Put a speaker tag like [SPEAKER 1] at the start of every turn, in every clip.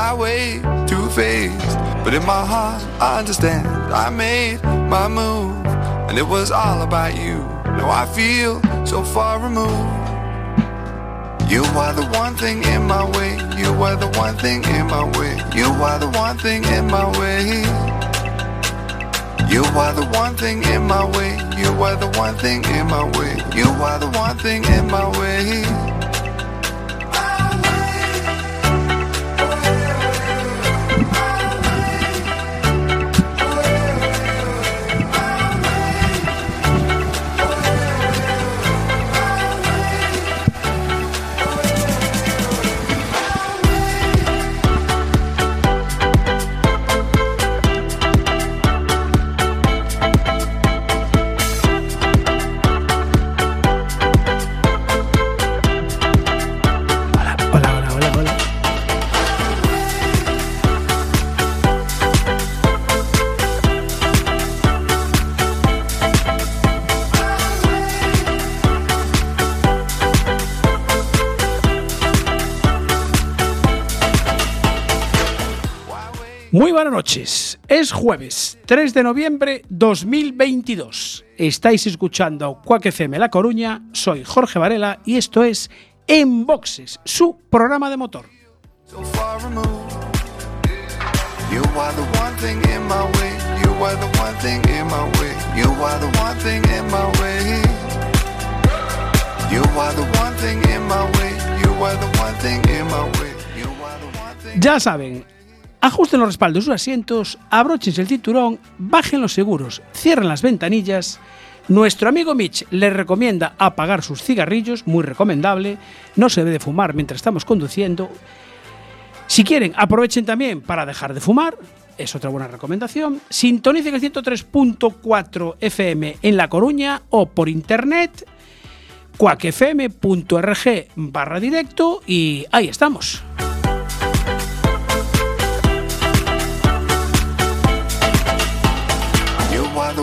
[SPEAKER 1] my way, two faced. But in my heart, I understand. I made my move, and it was all about you. Now I feel so far removed. You are the one thing in my way. You are the one thing in my way. You are the one thing in my way. You are the one thing in my way. You are the one thing in my way. You are the one thing in my way.
[SPEAKER 2] Hola, hola, hola, hola. Muy buenas noches. Es jueves 3 de noviembre 2022. Estáis escuchando Cuac FM La Coruña. Soy Jorge Varela y esto es En Boxes, su programa de motor.
[SPEAKER 1] so far removed. You are the one thing in my way. You are the one thing in my way. You are the one thing in my way. You are the one thing in my way. You are the one thing in my way. You are the one thing.
[SPEAKER 2] Ya saben, ajusten los respaldos de sus asientos, abróchense el cinturón, bajen los seguros, cierren las ventanillas. Nuestro amigo Mitch les recomienda apagar sus cigarrillos, muy recomendable. No se debe de fumar mientras estamos conduciendo. Si quieren, aprovechen también para dejar de fumar. Es otra buena recomendación. Sintonicen el 103.4 FM en La Coruña o por internet cuacfm.org barra directo y ahí estamos.
[SPEAKER 1] You are the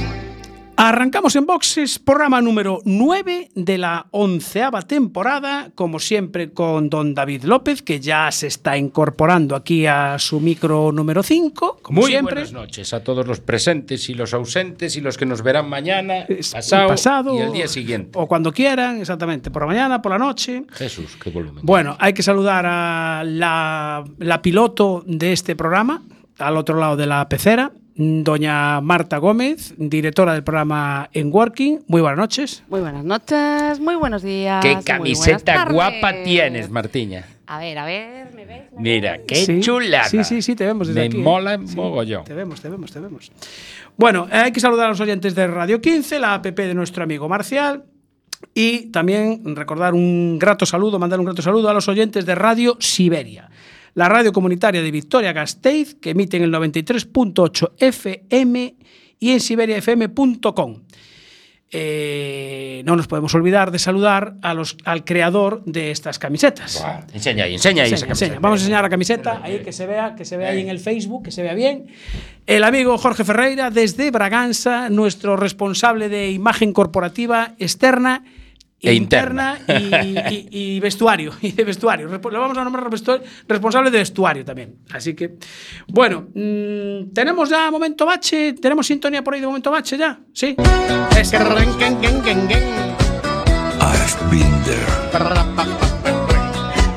[SPEAKER 2] Arrancamos en boxes, programa número 9 de la onceava temporada, como siempre con don David López, que ya se está incorporando aquí a su micro número 5, como
[SPEAKER 3] Muy
[SPEAKER 2] siempre.
[SPEAKER 3] buenas noches a todos los presentes y los ausentes y los que nos verán mañana,
[SPEAKER 2] Es-
[SPEAKER 3] pasado,
[SPEAKER 2] pasado,
[SPEAKER 3] y el día siguiente.
[SPEAKER 2] O cuando quieran, exactamente, por la mañana, por la noche.
[SPEAKER 3] Jesús, qué volumen.
[SPEAKER 2] Bueno, hay que saludar a la, la piloto de este programa, al otro lado de la pecera, doña Marta Gómez, directora del programa En Working. Muy buenas noches.
[SPEAKER 4] Muy buenas noches, muy buenos días.
[SPEAKER 3] qué
[SPEAKER 4] muy
[SPEAKER 3] camiseta
[SPEAKER 4] buenas
[SPEAKER 3] guapa
[SPEAKER 4] tardes.
[SPEAKER 3] tienes, Martiña.
[SPEAKER 4] A ver, a ver, ¿me veis?
[SPEAKER 3] Mira, qué
[SPEAKER 2] Sí.
[SPEAKER 3] chulada.
[SPEAKER 2] Sí, sí, sí, te vemos desde
[SPEAKER 3] Me
[SPEAKER 2] aquí.
[SPEAKER 3] mola en
[SPEAKER 2] Sí,
[SPEAKER 3] mogollón.
[SPEAKER 2] Te vemos, te vemos, te vemos. Bueno, eh, hay que saludar a los oyentes de Radio 15, la app de nuestro amigo Marcial. Y también recordar un grato saludo, mandar un grato saludo a los oyentes de Radio Siberia, la radio comunitaria de Victoria Gasteiz, que emite en el 93.8 FM y en siberiafm.com. Eh, no nos podemos olvidar de saludar a los, al creador de estas camisetas.
[SPEAKER 3] Buah, enseña ahí, enseña
[SPEAKER 2] Enseña,
[SPEAKER 3] ahí. esa
[SPEAKER 2] enseña.
[SPEAKER 3] camiseta.
[SPEAKER 2] Vamos a enseñar la camiseta, ahí que se vea, que se vea ahí en el Facebook, que se vea bien. El amigo Jorge Ferreira desde Braganza, nuestro responsable de imagen corporativa externa
[SPEAKER 3] E
[SPEAKER 2] interna,
[SPEAKER 3] interna.
[SPEAKER 2] y, y- y vestuario y de vestuario. Respo- Lo vamos a nombrar vestu- responsable de vestuario también. Así que bueno, mm, tenemos ya momento bache, tenemos sintonía por ahí de momento bache ya, sí. Es-
[SPEAKER 5] I've been there.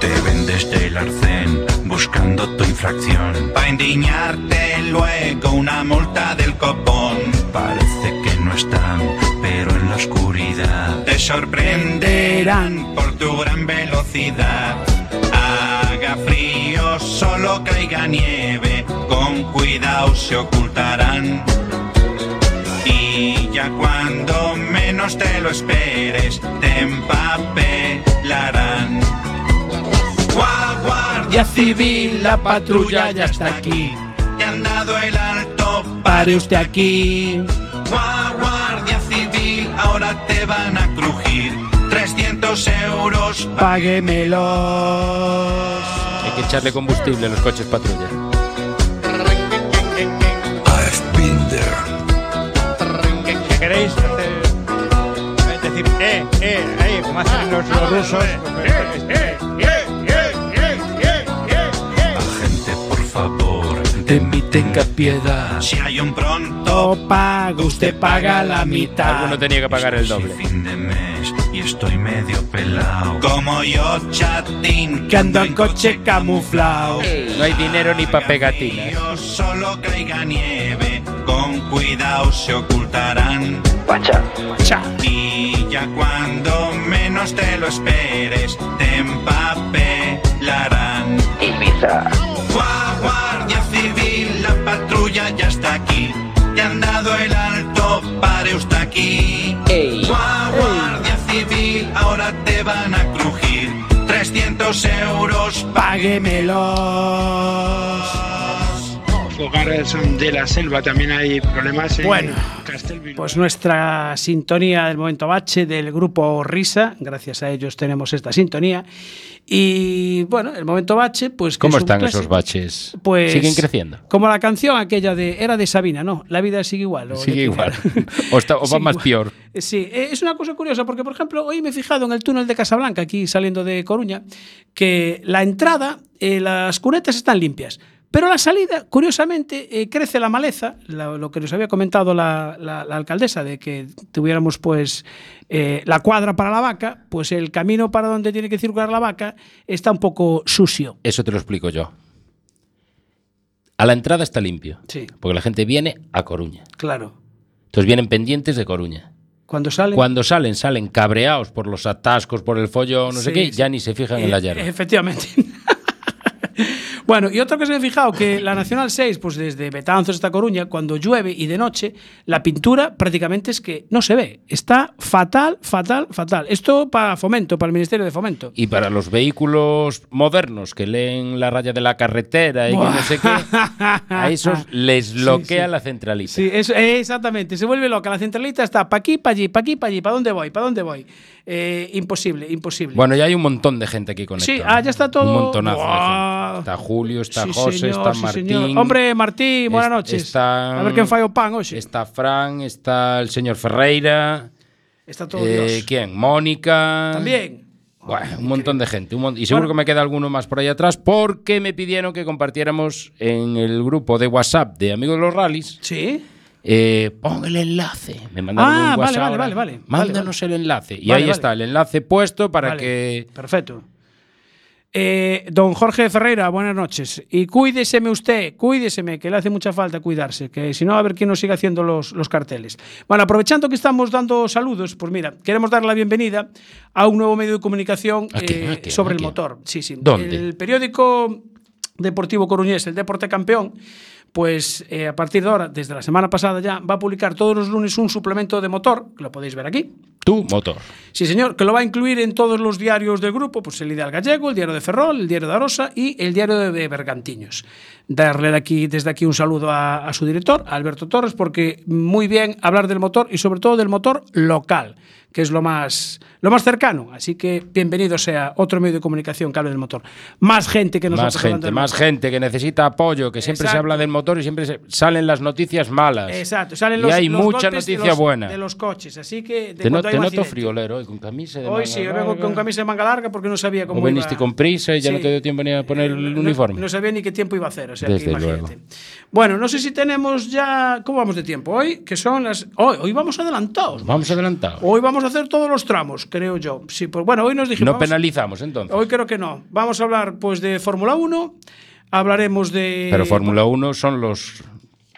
[SPEAKER 5] Te ven desde el arcén buscando tu infracción. Pa' indignarte luego una multa del copón. Parece que no están, pero en la oscuridad te sorprenderán por tu gran velocidad. Haga frío, solo caiga nieve. Con cuidado se ocultarán. Y ya cuando menos te lo esperes, te empapelarán. Guau, Guardia Civil, la patrulla ya está aquí. Te han dado el alto, pare usted aquí. Guau, Guardia Civil, ahora te van a crujir. 300 euros, páguemelos.
[SPEAKER 3] Hay que echarle combustible a los coches patrulla.
[SPEAKER 5] I've been there.
[SPEAKER 6] ¿Qué queréis hacer? Es decir, eh, eh, eh, como como hacen los, los rusos.
[SPEAKER 5] Gente, por favor, de mí tenga piedad. Si hay un pronto
[SPEAKER 2] pago, usted paga la
[SPEAKER 3] Alguno tenía que pagar el doble.
[SPEAKER 5] fin de mes y estoy medio pelado. Como yo, chatín, que ando en coche camuflado.
[SPEAKER 3] No hay dinero ni pa' pegatinas.
[SPEAKER 5] Yo solo caiga nieve, con cuidado se ocultarán. Y ya cuando menos te lo esperes, te empapelarán. Guau, Guardia Civil, la patrulla ya está aquí. Te han dado el alto, pare usted aquí. Guau, Guardia Civil, ahora te van a crujir. 300 euros, páguemelos.
[SPEAKER 7] Los hogares son de la selva también hay problemas. en
[SPEAKER 2] Bueno,
[SPEAKER 7] Castelbilbao.
[SPEAKER 2] Pues nuestra sintonía del momento bache del grupo Risa, gracias a ellos tenemos esta sintonía. Y bueno, el momento bache, pues. que
[SPEAKER 3] ¿Cómo
[SPEAKER 2] es un
[SPEAKER 3] están
[SPEAKER 2] clásico.
[SPEAKER 3] esos baches?
[SPEAKER 2] Pues.
[SPEAKER 3] ¿Siguen creciendo?
[SPEAKER 2] Como la canción aquella de. Era de Sabina, ¿no? La vida sigue igual. o
[SPEAKER 3] Sigue
[SPEAKER 2] de-
[SPEAKER 3] igual. O, está- o va
[SPEAKER 2] Sigue
[SPEAKER 3] más
[SPEAKER 2] igual.
[SPEAKER 3] peor.
[SPEAKER 2] Eh, Sí, eh, es una cosa curiosa porque, por ejemplo, hoy me he fijado en el túnel de Casablanca, aquí saliendo de Coruña, que la entrada, eh, las cunetas están limpias. Pero la salida, curiosamente, eh, crece la maleza, la- lo que nos había comentado la, la- la alcaldesa, de que tuviéramos pues eh, la cuadra para la vaca, pues el camino para donde tiene que circular la vaca está un poco sucio.
[SPEAKER 3] Eso te lo explico yo. A la entrada está limpio.
[SPEAKER 2] Sí.
[SPEAKER 3] Porque la gente viene a Coruña.
[SPEAKER 2] Claro.
[SPEAKER 3] Entonces vienen pendientes de Coruña.
[SPEAKER 2] Cuando sale...
[SPEAKER 3] Cuando salen, salen cabreados por los atascos, por el follo, no sé
[SPEAKER 2] Sí,
[SPEAKER 3] qué,
[SPEAKER 2] sí.
[SPEAKER 3] ya ni se fijan en la
[SPEAKER 2] Eh,
[SPEAKER 3] llave.
[SPEAKER 2] Efectivamente. bueno, y otra cosa que me he fijado, que la Nacional 6, pues desde Betanzos hasta Coruña, cuando llueve y de noche, la pintura prácticamente es que no se ve. Está fatal, fatal, fatal. Esto para fomento, para el Ministerio de Fomento.
[SPEAKER 3] Y para los vehículos modernos que leen la raya de la carretera y que no sé qué, a esos les bloquea
[SPEAKER 2] sí.
[SPEAKER 3] la centralita.
[SPEAKER 2] Sí, eso- eh, exactamente. Se vuelve loca. La centralita está para aquí, para allí, para aquí, para allí. ¿Para dónde voy? ¿Para dónde voy? Eh, imposible, imposible.
[SPEAKER 3] Bueno, ya hay un montón de gente aquí conectada.
[SPEAKER 2] Sí, ah, ya está todo-
[SPEAKER 3] Un montonazo de
[SPEAKER 2] Buah.
[SPEAKER 3] gente. Está Julio, está
[SPEAKER 2] Sí,
[SPEAKER 3] José,
[SPEAKER 2] señor,
[SPEAKER 3] está
[SPEAKER 2] sí,
[SPEAKER 3] Martín.
[SPEAKER 2] señor. Hombre, Martín, buenas
[SPEAKER 3] es-
[SPEAKER 2] noches.
[SPEAKER 3] está-
[SPEAKER 2] A ver quién falló pan hoy.
[SPEAKER 3] Está Fran, está el señor Ferreira.
[SPEAKER 2] Está todo
[SPEAKER 3] eh,
[SPEAKER 2] Dios.
[SPEAKER 3] ¿Quién? Mónica.
[SPEAKER 2] También.
[SPEAKER 3] Bueno, un montón de gente. un mon- Y seguro
[SPEAKER 2] Bueno.
[SPEAKER 3] que me queda alguno más por ahí atrás porque me pidieron que compartiéramos en el grupo de WhatsApp de Amigos de los Rallys.
[SPEAKER 2] Sí.
[SPEAKER 3] Eh, pon el enlace. Me mandaron
[SPEAKER 2] Ah,
[SPEAKER 3] un
[SPEAKER 2] vale,
[SPEAKER 3] WhatsApp
[SPEAKER 2] vale,
[SPEAKER 3] ahora.
[SPEAKER 2] vale, vale, vale,
[SPEAKER 3] Mándanos el enlace. Y
[SPEAKER 2] Vale,
[SPEAKER 3] ahí
[SPEAKER 2] vale.
[SPEAKER 3] está el enlace puesto para
[SPEAKER 2] Vale,
[SPEAKER 3] que.
[SPEAKER 2] Perfecto. Eh, don Jorge Ferreira, buenas noches. Y cuídeseme usted, cuídeseme, que le hace mucha falta cuidarse, que si no, a ver quién nos sigue haciendo los, los carteles. Bueno, aprovechando que estamos dando saludos, pues mira, queremos dar la bienvenida a un nuevo medio de comunicación
[SPEAKER 3] ¿A quién,
[SPEAKER 2] eh,
[SPEAKER 3] a quién,
[SPEAKER 2] sobre
[SPEAKER 3] a
[SPEAKER 2] el
[SPEAKER 3] quién?
[SPEAKER 2] motor. Sí, sí.
[SPEAKER 3] ¿Dónde?
[SPEAKER 2] El periódico deportivo coruñés, el Deporte Campeón, pues eh, a partir de ahora, desde la semana pasada ya, va a publicar todos los lunes un suplemento de motor, que lo podéis ver aquí,
[SPEAKER 3] Tu motor.
[SPEAKER 2] Sí, señor, que lo va a incluir en todos los diarios del grupo, pues el Ideal Gallego, el Diario de Ferrol, el Diario de Arosa y el Diario de Bergantiños. Darle de aquí, desde aquí un saludo a, a su director, a Alberto Torres, porque muy bien hablar del motor y sobre todo del motor local, que es lo más, lo más cercano. Así que bienvenido sea otro medio de comunicación que hable del motor. Más gente que nos
[SPEAKER 3] Más gente, más gente que necesita apoyo, que siempre se
[SPEAKER 2] Exacto.
[SPEAKER 3] habla del motor y siempre se- salen las noticias malas.
[SPEAKER 2] Exacto, salen
[SPEAKER 3] y
[SPEAKER 2] los,
[SPEAKER 3] hay
[SPEAKER 2] los
[SPEAKER 3] mucha
[SPEAKER 2] golpes de
[SPEAKER 3] noticia
[SPEAKER 2] los-
[SPEAKER 3] buena.
[SPEAKER 2] de los coches. Así que de
[SPEAKER 3] te no-
[SPEAKER 2] cuando hay
[SPEAKER 3] te
[SPEAKER 2] un
[SPEAKER 3] noto
[SPEAKER 2] accidente.
[SPEAKER 3] friolero hoy, con camisa de
[SPEAKER 2] Hoy
[SPEAKER 3] manga
[SPEAKER 2] sí, yo
[SPEAKER 3] larga.
[SPEAKER 2] vengo con camisa de manga larga porque no sabía cómo
[SPEAKER 3] O viniste
[SPEAKER 2] iba- Eh,
[SPEAKER 3] con prisa y ya no te dio tiempo ni a poner el
[SPEAKER 2] No-
[SPEAKER 3] uniforme.
[SPEAKER 2] No, sabía ni qué tiempo iba a hacer, o sea, que
[SPEAKER 3] Desde
[SPEAKER 2] imagínate.
[SPEAKER 3] luego.
[SPEAKER 2] Bueno, no sé si tenemos ya... ¿Cómo vamos de tiempo hoy? Que son las... Hoy, hoy vamos adelantados.
[SPEAKER 3] Vamos adelantado.
[SPEAKER 2] Hoy vamos a hacer todos los tramos, creo yo. Sí, pues bueno, hoy nos dijimos...
[SPEAKER 3] no
[SPEAKER 2] vamos-
[SPEAKER 3] penalizamos entonces.
[SPEAKER 2] Hoy creo que no. Vamos a hablar pues de Fórmula 1, hablaremos de...
[SPEAKER 3] Pero Fórmula 1 son los.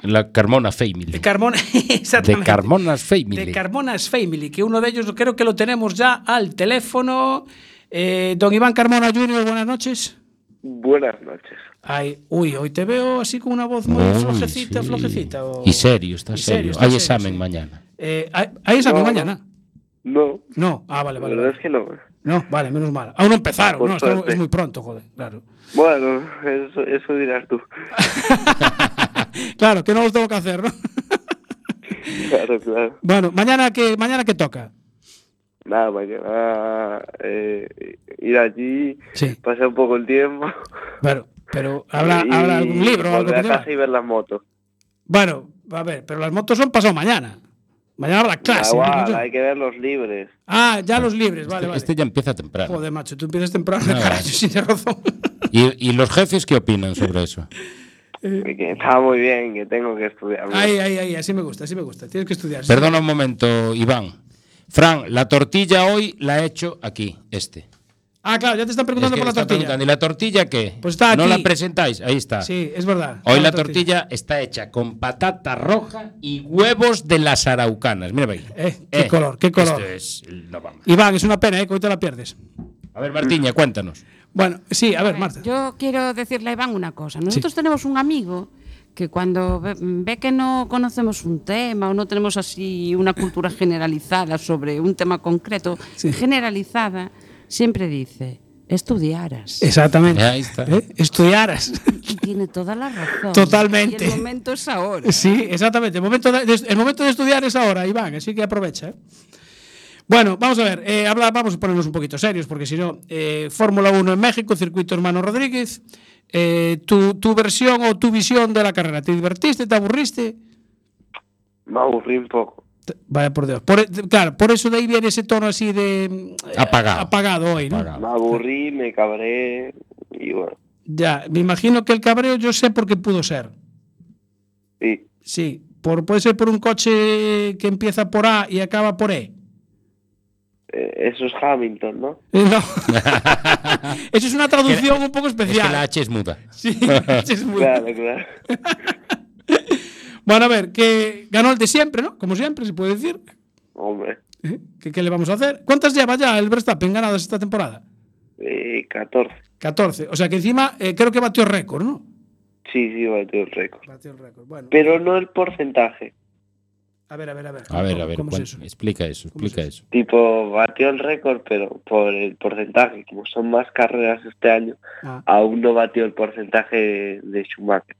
[SPEAKER 3] La Carmona Family.
[SPEAKER 2] De Carmona, exactamente.
[SPEAKER 3] De Carmona's Family.
[SPEAKER 2] De Carmona's Family, que uno de ellos creo que lo tenemos ya al teléfono. Eh, don Iván Carmona Jr., buenas noches.
[SPEAKER 8] Buenas noches.
[SPEAKER 2] Ay, uy, hoy te veo así con una voz muy
[SPEAKER 3] Uy,
[SPEAKER 2] flojecita,
[SPEAKER 3] Ah, sí.
[SPEAKER 2] flojecita. o-
[SPEAKER 3] Y serio, está
[SPEAKER 2] Y
[SPEAKER 3] serio.
[SPEAKER 2] está
[SPEAKER 3] Hay examen
[SPEAKER 2] sí.
[SPEAKER 3] mañana.
[SPEAKER 2] Eh, ¿Hay hay examen
[SPEAKER 8] No.
[SPEAKER 2] mañana?
[SPEAKER 8] No,
[SPEAKER 2] No, ah, vale,
[SPEAKER 8] la
[SPEAKER 2] vale.
[SPEAKER 8] verdad
[SPEAKER 2] vale.
[SPEAKER 8] es que no.
[SPEAKER 2] No, vale, menos mal. Aún no empezaron,
[SPEAKER 8] Por
[SPEAKER 2] no, estamos-
[SPEAKER 8] suerte.
[SPEAKER 2] es muy pronto, joder, claro.
[SPEAKER 8] Bueno, eso, eso dirás tú.
[SPEAKER 2] Claro, que no los tengo que hacer, ¿no?
[SPEAKER 8] Claro, claro.
[SPEAKER 2] bueno, mañana que mañana que toca.
[SPEAKER 8] Nada, mañana eh, ir allí,
[SPEAKER 2] Sí,
[SPEAKER 8] pasar un poco el tiempo.
[SPEAKER 2] claro. Pero habrá,
[SPEAKER 8] y
[SPEAKER 2] habrá algún libro o algo
[SPEAKER 8] volver
[SPEAKER 2] que
[SPEAKER 8] a
[SPEAKER 2] tenga?
[SPEAKER 8] casa y ver las motos.
[SPEAKER 2] Bueno, a ver, pero las motos son pasado mañana. Mañana habrá clase.
[SPEAKER 9] Igual,
[SPEAKER 2] ¿no?
[SPEAKER 9] Ah, hay que ver los libres.
[SPEAKER 2] Ah, ya los libres, vale, vale.
[SPEAKER 3] Este ya Ah, empieza temprano.
[SPEAKER 2] Joder, macho, tú empiezas temprano,
[SPEAKER 3] Nada.
[SPEAKER 2] carajo, sin razón.
[SPEAKER 3] ¿Y, y los jefes qué opinan sobre eso?
[SPEAKER 9] Y que está muy bien, que tengo que estudiar.
[SPEAKER 2] Ahí, ahí, ahí, así me gusta, así me gusta. Tienes que estudiar. sí.
[SPEAKER 3] Perdona un momento, Iván. Fran, la tortilla hoy la he hecho aquí, este.
[SPEAKER 2] Ah, claro, ya te están preguntando
[SPEAKER 3] Es que
[SPEAKER 2] por la
[SPEAKER 3] está
[SPEAKER 2] tortilla.
[SPEAKER 3] preguntando, ¿Y la tortilla qué?
[SPEAKER 2] Pues está
[SPEAKER 3] ¿No
[SPEAKER 2] aquí.
[SPEAKER 3] la presentáis? Ahí está.
[SPEAKER 2] Sí, es verdad.
[SPEAKER 3] Hoy la
[SPEAKER 2] Claro,
[SPEAKER 3] tortilla. está hecha con patata roja y huevos de las araucanas. Mira, ahí.
[SPEAKER 2] Eh, qué color, qué color.
[SPEAKER 3] Esto es la bomba.
[SPEAKER 2] Iván, es una pena, ¿eh? Que hoy te la pierdes.
[SPEAKER 3] A ver, Martiña, cuéntanos.
[SPEAKER 2] Bueno, sí, a ver, Marta.
[SPEAKER 4] Yo quiero decirle a Iván una cosa. Nosotros tenemos un amigo que cuando ve, ve que no conocemos un tema o no tenemos así una cultura generalizada sobre un tema concreto,
[SPEAKER 2] Sí.
[SPEAKER 4] generalizada, siempre dice, estudiaras.
[SPEAKER 2] Exactamente.
[SPEAKER 3] Ahí está.
[SPEAKER 2] ¿Eh? Estudiaras.
[SPEAKER 4] Y tiene toda la razón.
[SPEAKER 2] Totalmente.
[SPEAKER 4] Y el momento es ahora.
[SPEAKER 2] Eh, Sí, exactamente. El momento de, de- el momento de estudiar es ahora, Iván, así que aprovecha. ¿eh? Bueno, vamos a ver, eh, habla- vamos a ponernos un poquito serios, porque si no, eh, Fórmula 1 en México, circuito hermano Rodríguez, eh, tu, tu versión o tu visión de la carrera, ¿te divertiste, te aburriste?
[SPEAKER 9] Me aburrí un poco.
[SPEAKER 2] T- Vaya por Dios. Por- claro, por eso de ahí viene ese tono así de... mm, eh,
[SPEAKER 3] Apagado.
[SPEAKER 2] Apagado hoy, ¿no?
[SPEAKER 9] Me
[SPEAKER 3] Apagado.
[SPEAKER 9] aburrí, me cabré y bueno,
[SPEAKER 2] Ya, me imagino que el cabreo yo sé por qué pudo ser.
[SPEAKER 9] sí,
[SPEAKER 2] Sí, por, puede ser por un coche que empieza por A y acaba por E.
[SPEAKER 9] eh, eso es Hamilton, ¿no?
[SPEAKER 2] Eh, No. Eso es una traducción un poco
[SPEAKER 3] Es que
[SPEAKER 2] especial.
[SPEAKER 3] la H es muda.
[SPEAKER 2] Sí, es muy-
[SPEAKER 9] Claro, claro.
[SPEAKER 2] Bueno, a ver, que ganó el de siempre, ¿no? Como siempre, se puede decir.
[SPEAKER 9] Hombre,
[SPEAKER 2] ¿Eh? ¿Qué, qué le vamos a hacer? ¿Cuántas lleva ya el Verstappen ganadas esta temporada?
[SPEAKER 9] eh, 14.
[SPEAKER 2] 14. O sea que encima eh, creo que batió récord, ¿no?
[SPEAKER 9] Sí, sí, batió el récord.
[SPEAKER 2] Batió el récord. Bueno,
[SPEAKER 9] Pero no el porcentaje.
[SPEAKER 2] a ver, a ver, a ver.
[SPEAKER 3] A ver,
[SPEAKER 2] ¿Cómo-
[SPEAKER 3] a ver,
[SPEAKER 2] ¿Cómo es
[SPEAKER 3] cuént-
[SPEAKER 2] eso?
[SPEAKER 3] explica eso,
[SPEAKER 2] ¿Cómo es
[SPEAKER 3] explica
[SPEAKER 2] eso?
[SPEAKER 3] eso.
[SPEAKER 9] Tipo, batió el récord, pero por el porcentaje. Como son más carreras este año,
[SPEAKER 2] Ah.
[SPEAKER 9] aún no batió el porcentaje de Schumacher.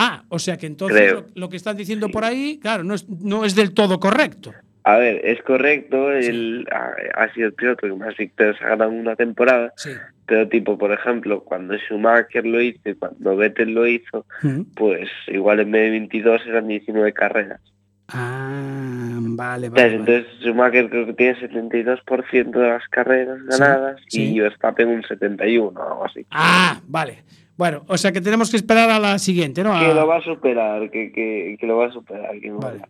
[SPEAKER 2] Ah, o sea que entonces
[SPEAKER 9] Creo.
[SPEAKER 2] lo, lo que están diciendo por ahí, claro, no es, no es del todo correcto.
[SPEAKER 9] A ver, es correcto, él ha, ha sido el piloto que más victorias ha ganado en una temporada,
[SPEAKER 2] Sí.
[SPEAKER 9] pero tipo, por ejemplo, cuando Schumacher lo hizo y cuando Vettel lo hizo,
[SPEAKER 2] ¿Mm?
[SPEAKER 9] pues igual en vez de 22 eran 19 carreras.
[SPEAKER 2] Ah, vale,
[SPEAKER 9] ¿Sabes?
[SPEAKER 2] vale. vale.
[SPEAKER 9] Entonces Schumacher creo que tiene 72% de las carreras
[SPEAKER 2] Sí,
[SPEAKER 9] ganadas
[SPEAKER 2] sí.
[SPEAKER 9] y Verstappen un 71 o algo así.
[SPEAKER 2] Ah, vale. Bueno, o sea que tenemos que esperar a la siguiente, ¿no?
[SPEAKER 9] Que
[SPEAKER 2] A-
[SPEAKER 9] lo va a superar, que, que, que lo va a superar, que no
[SPEAKER 2] Ah. Vale.
[SPEAKER 9] va-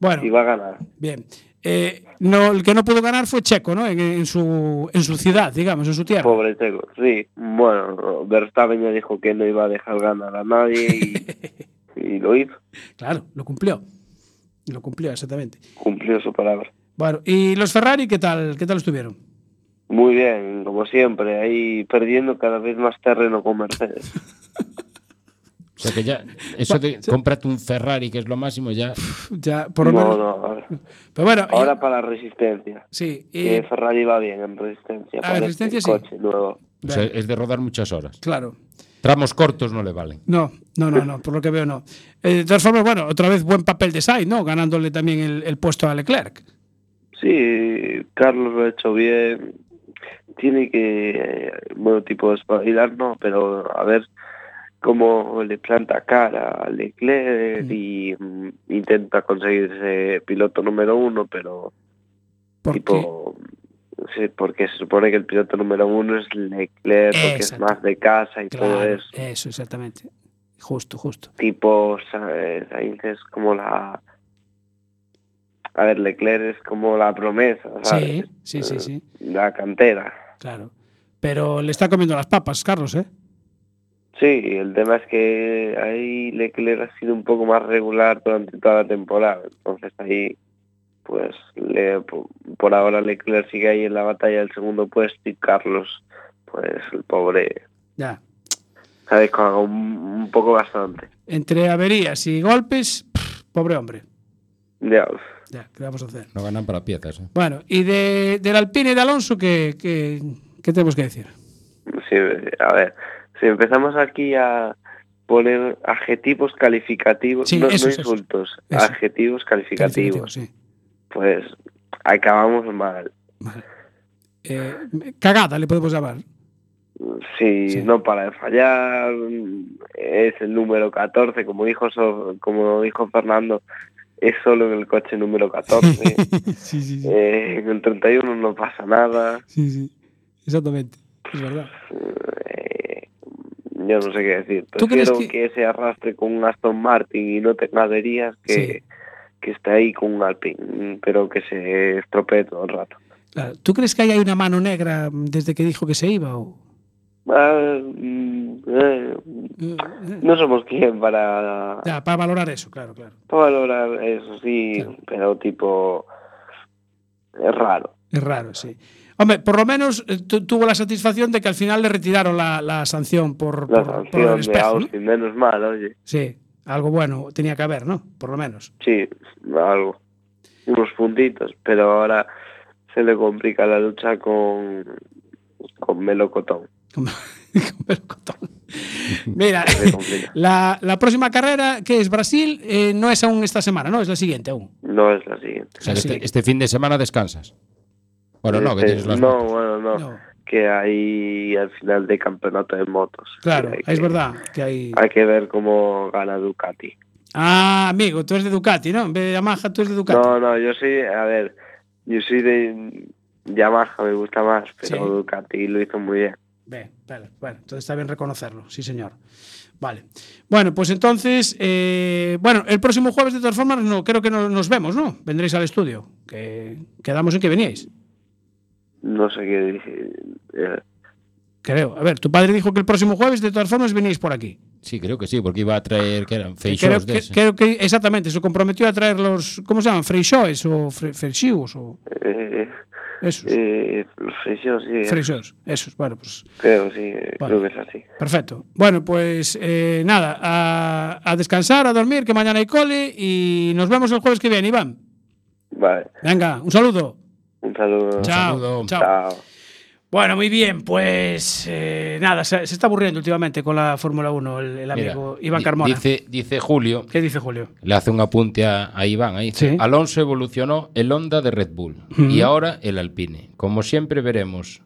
[SPEAKER 2] Bueno,
[SPEAKER 9] y va a ganar.
[SPEAKER 2] bien. Eh, no, el que no pudo ganar fue Checo, ¿no? En, en su, en su ciudad, digamos, en su tierra.
[SPEAKER 9] Pobre Checo, sí. Bueno, Verstappen ya dijo que no iba a dejar ganar a nadie y, y lo hizo,
[SPEAKER 2] Claro, lo cumplió. Lo cumplió, exactamente.
[SPEAKER 9] cumplió su palabra.
[SPEAKER 2] Bueno, ¿y los Ferrari qué tal? ¿Qué tal estuvieron?
[SPEAKER 9] Muy bien, como siempre, ahí perdiendo cada vez más terreno con Mercedes.
[SPEAKER 3] O sea que ya, eso de cómprate un Ferrari, que es lo máximo, ya.
[SPEAKER 2] Ya, por lo
[SPEAKER 9] No,
[SPEAKER 2] menos.
[SPEAKER 9] no, ahora,
[SPEAKER 2] Pero bueno, y-
[SPEAKER 9] ahora para resistencia.
[SPEAKER 2] sí. y-
[SPEAKER 9] Que Ferrari va bien en resistencia.
[SPEAKER 2] Ah, en
[SPEAKER 9] parece,
[SPEAKER 2] Eh, resistencia sí.
[SPEAKER 9] coche nuevo.
[SPEAKER 3] o sea, es de rodar muchas horas.
[SPEAKER 2] claro.
[SPEAKER 3] Tramos cortos no le valen.
[SPEAKER 2] No, no, no, no, por lo que veo no. Eh, de todas formas, bueno, otra vez buen papel de Sainz, ¿no? Ganándole también el, el puesto a Leclerc.
[SPEAKER 9] Sí, Carlos lo ha hecho bien. Tiene que, eh, bueno, tipo, espabilar, no, pero a ver cómo le planta cara a Leclerc y mm, intenta conseguir ese piloto número uno, pero
[SPEAKER 2] Porque,
[SPEAKER 9] tipo, sí, porque se supone que el piloto número uno es Leclerc, porque es
[SPEAKER 2] Exacto.
[SPEAKER 9] más de casa y todo
[SPEAKER 2] claro,
[SPEAKER 9] eso.
[SPEAKER 2] eso, exactamente. Justo, justo.
[SPEAKER 9] tipo Sa- eh, Sainz es como la a ver Leclerc es como la promesa
[SPEAKER 2] Sí,
[SPEAKER 9] ¿sabes?
[SPEAKER 2] sí, sí,
[SPEAKER 9] Eh,
[SPEAKER 2] sí,
[SPEAKER 9] la cantera
[SPEAKER 2] claro. Pero le está comiendo las papas, Carlos, ¿eh?
[SPEAKER 9] sí el tema es que ahí Leclerc ha sido un poco más regular durante toda la temporada entonces ahí pues le- po- por ahora Leclerc sigue ahí en la batalla del segundo puesto y Carlos pues el pobre
[SPEAKER 2] Ya.
[SPEAKER 9] sabes con un, un poco bastante
[SPEAKER 2] Entre averías y golpes, pff, pobre hombre.
[SPEAKER 9] ya
[SPEAKER 2] Ya, ¿qué vamos a hacer?
[SPEAKER 3] No ganan para piezas. ¿eh?
[SPEAKER 2] Bueno, y de, del Alpine y de Alonso, ¿qué, qué, qué tenemos que decir?
[SPEAKER 9] Sí, a ver, si empezamos aquí a poner adjetivos calificativos,
[SPEAKER 2] Sí,
[SPEAKER 9] no,
[SPEAKER 2] eso,
[SPEAKER 9] no
[SPEAKER 2] eso,
[SPEAKER 9] insultos,
[SPEAKER 2] eso.
[SPEAKER 9] adjetivos calificativos,
[SPEAKER 2] Sí.
[SPEAKER 9] pues acabamos mal.
[SPEAKER 2] Eh, cagada le podemos llamar.
[SPEAKER 9] Si
[SPEAKER 2] Sí.
[SPEAKER 9] no para de fallar, es el número 14, como dijo, So- como dijo Fernando, es solo en el coche número 14.
[SPEAKER 2] sí, sí, sí.
[SPEAKER 9] Eh, en el 31 no pasa nada.
[SPEAKER 2] Sí, sí. Exactamente. Es verdad.
[SPEAKER 9] Eh, yo no sé qué decir.
[SPEAKER 2] ¿Tú crees
[SPEAKER 9] Prefiero que... se arrastre con un Aston Martin y no tenga averías que,
[SPEAKER 2] Sí.
[SPEAKER 9] que está ahí con un Alpine, pero que se estropee todo el rato.
[SPEAKER 2] Claro. ¿Tú crees que ahí hay una mano negra desde que dijo que se iba? O...
[SPEAKER 9] Ah, mm, eh,
[SPEAKER 2] Eh, eh,
[SPEAKER 9] no somos quien para,
[SPEAKER 2] Ya, para valorar eso, claro, claro.
[SPEAKER 9] para valorar eso, sí,
[SPEAKER 2] Claro.
[SPEAKER 9] pero tipo, es raro.
[SPEAKER 2] Es raro, sí. Hombre, por lo menos eh, tu- tuvo la satisfacción de que al final le retiraron la, la sanción por,
[SPEAKER 9] La
[SPEAKER 2] por- por lo del
[SPEAKER 9] sanción de
[SPEAKER 2] espejo. ¿no?
[SPEAKER 9] Austin, menos mal, oye.
[SPEAKER 2] Sí, algo bueno tenía que haber, ¿no? Por lo menos.
[SPEAKER 9] Sí, algo. Unos puntitos, pero ahora se le complica la lucha con, con Melocotón.
[SPEAKER 2] Como- como el cotón. Mira,
[SPEAKER 9] Se le complica.
[SPEAKER 2] la, la próxima carrera, que es Brasil, eh, no es aún esta semana, ¿no? Es la siguiente aún.
[SPEAKER 9] No es la siguiente.
[SPEAKER 3] O sea, que
[SPEAKER 2] Ah, Sí.
[SPEAKER 3] este, este fin de semana descansas. Bueno, no, que
[SPEAKER 9] Este-
[SPEAKER 3] tienes las
[SPEAKER 9] no,
[SPEAKER 3] motos.
[SPEAKER 9] bueno, no,
[SPEAKER 2] No.
[SPEAKER 9] Que hay al final de campeonato de motos.
[SPEAKER 2] Claro,
[SPEAKER 9] Hay
[SPEAKER 2] es
[SPEAKER 9] que-
[SPEAKER 2] verdad que hay...
[SPEAKER 9] Hay que ver cómo gana Ducati.
[SPEAKER 2] Ah, amigo, tú eres de Ducati, ¿no? En vez de Yamaha, tú eres de Ducati.
[SPEAKER 9] No, no, yo soy, a ver, yo soy de Yamaha, me gusta más, pero
[SPEAKER 2] Sí.
[SPEAKER 9] Ducati lo hizo muy bien.
[SPEAKER 2] Bien, vale, bueno, entonces está bien reconocerlo, sí señor. Vale. Bueno, pues entonces, eh, bueno, el próximo jueves de todas formas no, creo que no nos vemos, ¿no? Vendréis al estudio, que quedamos en que veníais,
[SPEAKER 9] No sé qué decir. eh,
[SPEAKER 2] creo. A ver, tu padre dijo que el próximo jueves de todas formas veníais por aquí.
[SPEAKER 3] Sí, creo que sí, porque iba a traer que eran
[SPEAKER 2] Que
[SPEAKER 3] feixos
[SPEAKER 2] creo,
[SPEAKER 3] de
[SPEAKER 2] que,
[SPEAKER 3] ese.
[SPEAKER 2] creo que exactamente, se comprometió a traer los, ¿cómo se llaman? Freixoes o fre, freixius o
[SPEAKER 9] eh,
[SPEAKER 2] esos.
[SPEAKER 9] eh, Freixós, sí,
[SPEAKER 2] Freixoes, esos, bueno, pues
[SPEAKER 9] creo, sí, eh,
[SPEAKER 2] Vale.
[SPEAKER 9] creo que es así.
[SPEAKER 2] Perfecto. Bueno, pues eh, nada, a, a descansar, a dormir, que mañana hay cole y nos vemos el jueves que viene, Iván.
[SPEAKER 9] Vale,
[SPEAKER 2] Venga, un saludo.
[SPEAKER 9] un saludo.
[SPEAKER 2] Chao,
[SPEAKER 3] saludo.
[SPEAKER 2] chao.
[SPEAKER 9] Chao.
[SPEAKER 2] Bueno, muy bien, pues eh, nada, se, se está aburriendo últimamente con la Fórmula 1 el, el
[SPEAKER 3] Mira,
[SPEAKER 2] amigo Iván
[SPEAKER 3] di-
[SPEAKER 2] Carmona.
[SPEAKER 3] Dice, dice Julio,
[SPEAKER 2] ¿Qué dice Julio?
[SPEAKER 3] le hace un apunte a, a Iván. Ahí dice,
[SPEAKER 2] Sí.
[SPEAKER 3] Alonso evolucionó el Honda de Red Bull
[SPEAKER 2] Ujú.
[SPEAKER 3] y ahora el Alpine. Como siempre veremos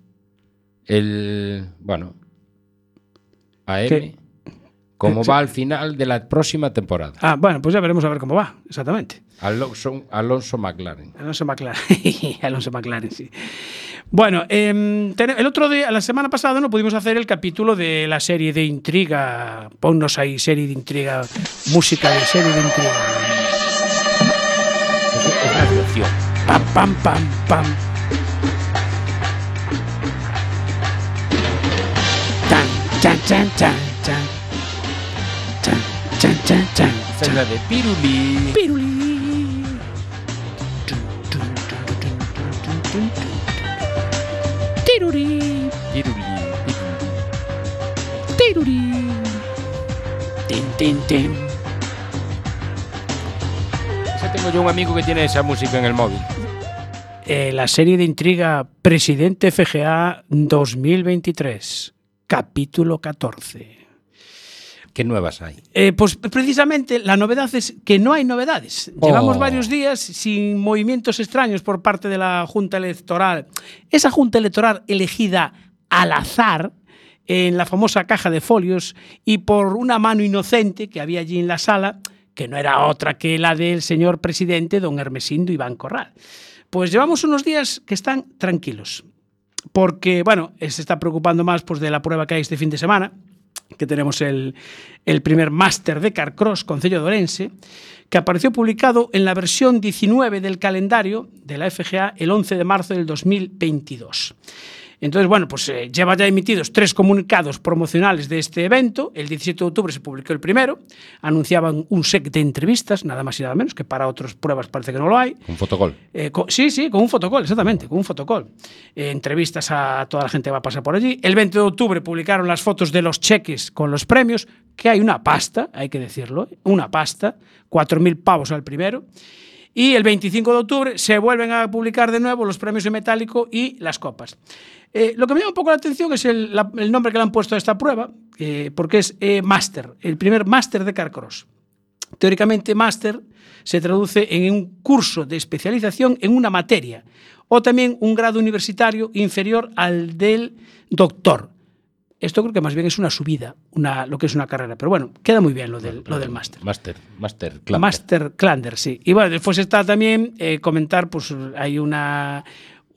[SPEAKER 3] el, bueno, AM,
[SPEAKER 2] ¿Qué?
[SPEAKER 3] como
[SPEAKER 2] Sí.
[SPEAKER 3] va al final de la próxima temporada.
[SPEAKER 2] Ah, bueno, pues ya veremos a ver cómo va, exactamente.
[SPEAKER 3] Alonso, Alonso McLaren.
[SPEAKER 2] Alonso McLaren. Alonso McLaren, sí. Bueno, em, tene- el otro día, la semana pasada, no pudimos hacer el capítulo de la serie de intriga. Ponnos ahí, serie de intriga, música de serie de intriga. Pam, pam, pam, pam. Tan, chan, chan, chan, chan. Chan, chan, chan, chan, chan.
[SPEAKER 3] Senda de Piruli.
[SPEAKER 2] Pirulí. Tirurí,
[SPEAKER 3] Piruli.
[SPEAKER 2] tirurí. Tin, tin, tin.
[SPEAKER 3] Ese tengo yo un amigo que tiene esa música en el móvil.
[SPEAKER 2] Eh, la serie de intriga Presidente FGA 2023, capítulo 14.
[SPEAKER 3] ¿Qué nuevas hay?
[SPEAKER 2] Eh, pues precisamente la novedad es que no hay novedades.
[SPEAKER 3] Oh.
[SPEAKER 2] Llevamos varios días sin movimientos extraños por parte de la Junta Electoral. Esa Junta Electoral elegida al azar en la famosa caja de folios y por una mano inocente que había allí en la sala, que no era otra que la del señor presidente don Hermesindo Iván Corral. Pues llevamos unos días que están tranquilos, porque bueno, eh, se está preocupando más pues, de la prueba que hay este fin de semana, que tenemos el, el primer máster de Carcross, Concello de Orense, que apareció publicado en la versión 19 del calendario de la FGA el 11 de marzo del 2022. Entonces, bueno, pues eh, lleva ya emitidos tres comunicados promocionales de este evento. El 17 de octubre se publicó el primero. Anunciaban un set de entrevistas, nada más y nada menos, que para otras pruebas parece que no lo hay.
[SPEAKER 3] Un fotogol.
[SPEAKER 2] Eh, co- sí, sí, con un fotocall, exactamente, con un fotocall. Eh, entrevistas a toda la gente que va a pasar por allí. El 20 de octubre publicaron las fotos de los cheques con los premios, que hay una pasta, hay que decirlo, ¿eh? una pasta, 4.000 pavos al primero. Y el 25 de octubre se vuelven a publicar de nuevo los premios en metálico y las copas. Eh, lo que me llama un poco la atención es el, la- el nombre que le han puesto a esta prueba, eh, porque es eh, Master, el primer Master de Carcross. Teóricamente, máster se traduce en un curso de especialización en una materia o también un grado universitario inferior al del doctor. Esto creo que más bien es una subida, una, lo que es una carrera. Pero bueno, queda muy bien lo del, lo del máster.
[SPEAKER 3] Master, Master, claro.
[SPEAKER 2] Master Clander, sí. Y bueno, después está también eh, comentar, pues hay una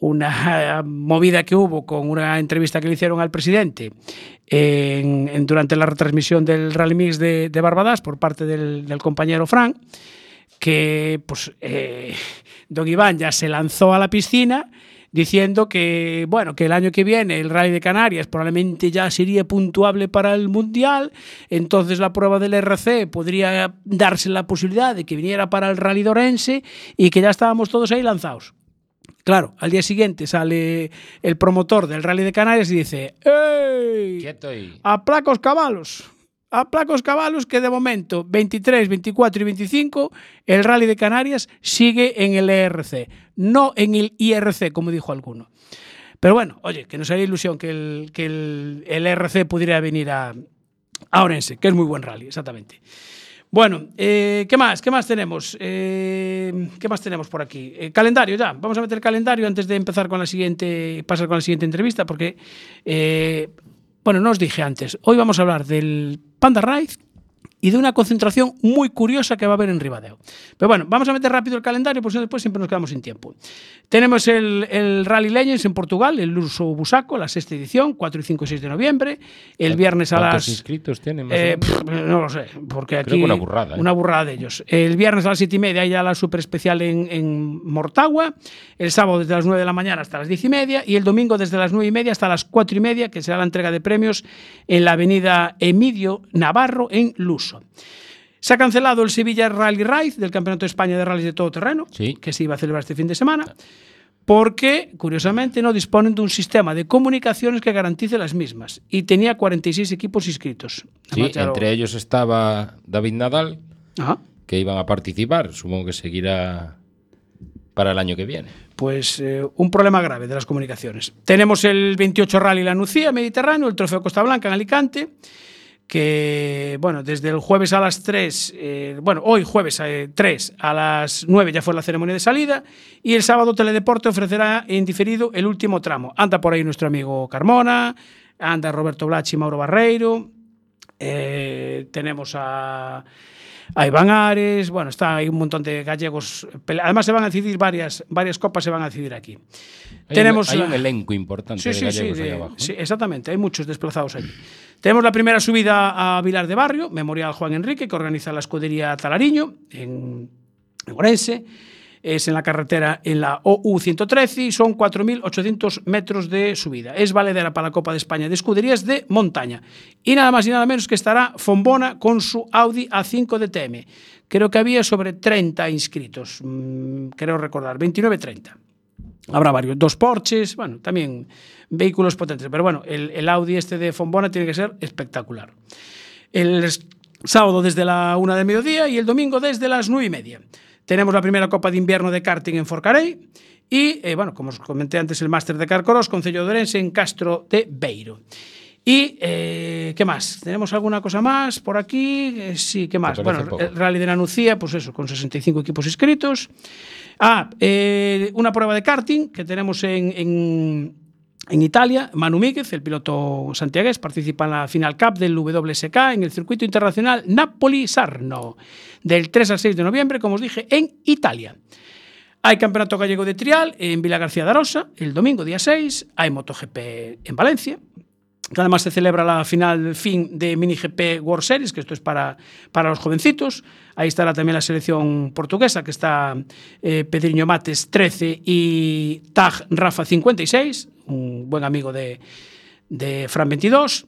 [SPEAKER 2] una movida que hubo con una entrevista que le hicieron al presidente en- en- durante la retransmisión del Rally Mix de, de Barbadas por parte del, del compañero Frank, que pues eh, don Iván ya se lanzó a la piscina diciendo que bueno que el año que viene el Rally de Canarias probablemente ya sería puntuable para el mundial entonces la prueba del RC podría darse la posibilidad de que viniera para el Rally de Orense y que ya estábamos todos ahí lanzados Claro, al día siguiente sale el promotor del Rally de Canarias y dice: ¡Ey!
[SPEAKER 3] Quieto y.
[SPEAKER 2] a placos cabalos. A placos cabalos que de momento, 23, 24 y 25, el Rally de Canarias sigue en el ERC, no en el IRC, como dijo alguno. Pero bueno, oye, que nos haría ilusión que el, que el, el ERC pudiera venir a, a Orense, que es muy buen rally, exactamente. Bueno, eh, ¿qué más? ¿Qué más tenemos? Eh, ¿Qué más tenemos por aquí? Eh, calendario ya. Vamos a meter calendario antes de empezar con la siguiente, pasar con la siguiente entrevista, porque eh, bueno, no os dije antes. Hoy vamos a hablar del Panda Ride y de una concentración muy curiosa que va a haber en Ribadeo. Pero bueno, vamos a meter rápido el calendario, porque si no después siempre nos quedamos sin tiempo. Tenemos el, el Rally Legends en Portugal, el Urso Busaco, la sexta edición, 4 y 5 y 6 de noviembre. El viernes a
[SPEAKER 3] ¿Cuántos
[SPEAKER 2] las...
[SPEAKER 3] inscritos tiene? Más o
[SPEAKER 2] Eh,
[SPEAKER 3] menos?
[SPEAKER 2] pff, no lo sé, porque aquí.
[SPEAKER 3] Creo que una burrada, ¿eh?
[SPEAKER 2] Una burrada de ellos. El viernes a las 7 y media hay ya la super especial en, en Mortagua. El sábado desde las 9 de la mañana hasta las 10 y media. Y el domingo desde las 9 y media hasta las 4 y media, que será la entrega de premios en la avenida Emilio Navarro en Luso. Se ha cancelado el Sevilla Rally Raid del Campeonato de España de Rallys de Todo Terreno,
[SPEAKER 3] Sí. Ah.
[SPEAKER 2] que se iba a celebrar este fin de semana, porque, curiosamente, no disponen de un sistema de comunicaciones que garantice las mismas. Y tenía 46 equipos inscritos.
[SPEAKER 3] sí,
[SPEAKER 2] Además, ya lo-
[SPEAKER 3] entre ellos estaba David Nadal,
[SPEAKER 2] Ajá.
[SPEAKER 3] que iban a participar. Supongo que seguirá para el año que viene.
[SPEAKER 2] Pues eh, un problema grave de las comunicaciones. Tenemos el 28 Rally La Nucía, Mediterráneo, el Trofeo Costa Blanca en Alicante, que, bueno, desde el jueves a las 3, eh, bueno, hoy jueves eh, 3 a las 9 ya fue la ceremonia de salida, y el sábado Teledeporte ofrecerá en diferido el último tramo. Anda por ahí nuestro amigo Carmona, anda Roberto Blachi, Mauro Barreiro, eh, tenemos a, a Iván Ares, bueno, está hay un montón de gallegos. pele- Además, se van a decidir varias, varias copas, se van a decidir aquí.
[SPEAKER 3] Hay
[SPEAKER 2] Tenemos
[SPEAKER 3] un, hay
[SPEAKER 2] la-
[SPEAKER 3] un elenco importante
[SPEAKER 2] Sí,
[SPEAKER 3] de
[SPEAKER 2] sí, sí,
[SPEAKER 3] gallegos ahí
[SPEAKER 2] de-
[SPEAKER 3] abajo. ¿eh?
[SPEAKER 2] sí, exactamente, hay muchos desplazados allí. Tenemos la primera subida a Vilar de Barrio, Memorial Juan Enrique, que organiza la escudería Talariño en, en Orense. Es en la carretera en la OU113 y son 4.800 metros de subida. Es valedera para la Copa de España de Escuderías de Montaña. Y nada más y nada menos que estará Fombona con su Audi A5 DTM. Creo que había sobre 30 inscritos, mm, creo recordar, 29-30. Habrá varios, dos Porsches, bueno, también vehículos potentes. Pero bueno, el, el Audi este de Fombona tiene que ser espectacular. El s- sábado desde la una del mediodía y el domingo desde las nueve y media. Tenemos la primera Copa de Invierno de karting en Forcarey y, eh, bueno, como os comenté antes, el Máster de Carcoros, Concello de Orense en Castro de Beiro. ¿Y eh, qué más? ¿Tenemos alguna cosa más por aquí? Eh, sí, ¿qué más?
[SPEAKER 3] parece
[SPEAKER 2] Bueno, eh,
[SPEAKER 3] poco.
[SPEAKER 2] el Rally de la Nucía, pues eso, con 65 equipos inscritos. Ah, eh, una prueba de karting que tenemos en, en- en Italia. Manu Míguez, el piloto santiagués, participa en la Final Cup del WSK en el circuito internacional Napoli-Sarno, del 3 al 6 de noviembre, como os dije, en Italia. Hay Campeonato Gallego de Trial en Vila García de Arosa, el domingo, día 6. Hay MotoGP en Valencia, que además se celebra la final fin de Mini GP World Series, que esto es para, para los jovencitos. Ahí estará también la selección portuguesa, que está eh, Pedriño Mates 13 y Tag Rafa 56, un buen amigo de, de Fran 22.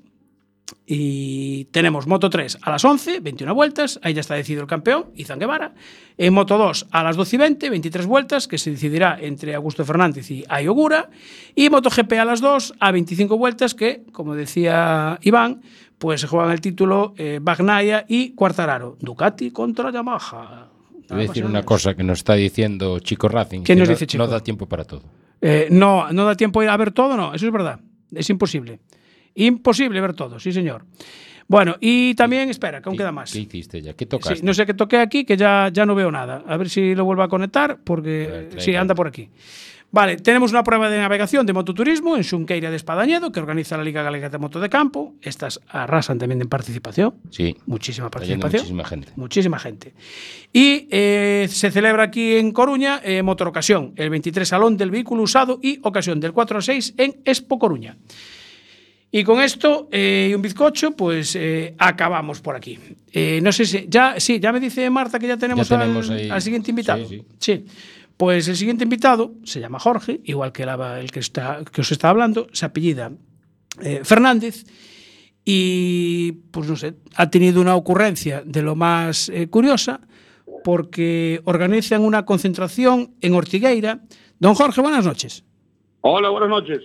[SPEAKER 2] Y tenemos Moto 3 a las 11, 21 vueltas, ahí ya está decidido el campeón, Izan Guevara. En Moto 2 a las 12 y 20, 23 vueltas, que se decidirá entre Augusto Fernández y Ayogura. Y Moto GP a las 2 a 25 vueltas, que, como decía Iván, pues se juegan el título eh, Bagnaia y Quartararo. Ducati contra Yamaha.
[SPEAKER 3] Te voy
[SPEAKER 2] Nada
[SPEAKER 3] a decir
[SPEAKER 2] más y
[SPEAKER 3] una
[SPEAKER 2] nada
[SPEAKER 3] cosa que nos está diciendo Chico Racing.
[SPEAKER 2] ¿Qué
[SPEAKER 3] que
[SPEAKER 2] nos
[SPEAKER 3] no-
[SPEAKER 2] dice Chico?
[SPEAKER 3] No da tiempo para todo.
[SPEAKER 2] Eh, no, no da tiempo a ver todo, no, eso es verdad. Es imposible. Imposible ver todo, sí, señor. Bueno, y también, espera, que aún
[SPEAKER 3] ¿Qué-
[SPEAKER 2] queda más.
[SPEAKER 3] ¿Qué hiciste ya? ¿Qué
[SPEAKER 2] Sí,
[SPEAKER 3] tocaste?
[SPEAKER 2] no sé qué toqué aquí, que ya, ya no veo nada. A ver si lo vuelvo a conectar, porque
[SPEAKER 3] A ver,
[SPEAKER 2] sí,
[SPEAKER 3] tráigalo.
[SPEAKER 2] anda por aquí. Vale, tenemos una prueba de navegación de mototurismo en Xunqueira de Espadañedo, que organiza la Liga Galega de Moto de Campo. Estas arrasan también en participación.
[SPEAKER 3] Sí.
[SPEAKER 2] Muchísima
[SPEAKER 3] Está yendo
[SPEAKER 2] participación.
[SPEAKER 3] muchísima gente.
[SPEAKER 2] Muchísima gente. Y eh, se celebra aquí en Coruña eh, Motorocasión, el 23 Salón del Vehículo Usado y Ocasión del 4 al 6 en Expo Coruña. Y con esto eh, y un bizcocho, pues eh, acabamos por aquí. Eh, no sé si. Ya, sí, ya me dice Marta que ya tenemos,
[SPEAKER 3] Ya tenemos
[SPEAKER 2] al,
[SPEAKER 3] ahí.
[SPEAKER 2] al siguiente invitado.
[SPEAKER 3] Sí,
[SPEAKER 2] Sí. Pues el siguiente invitado se llama Jorge, igual que la- el que, está, que os está hablando, se apellida eh, Fernández. Y pues no sé, ha tenido una ocurrencia de lo más eh, curiosa, porque organizan una concentración en Ortigueira. Don Jorge, buenas noches.
[SPEAKER 6] Hola, buenas noches.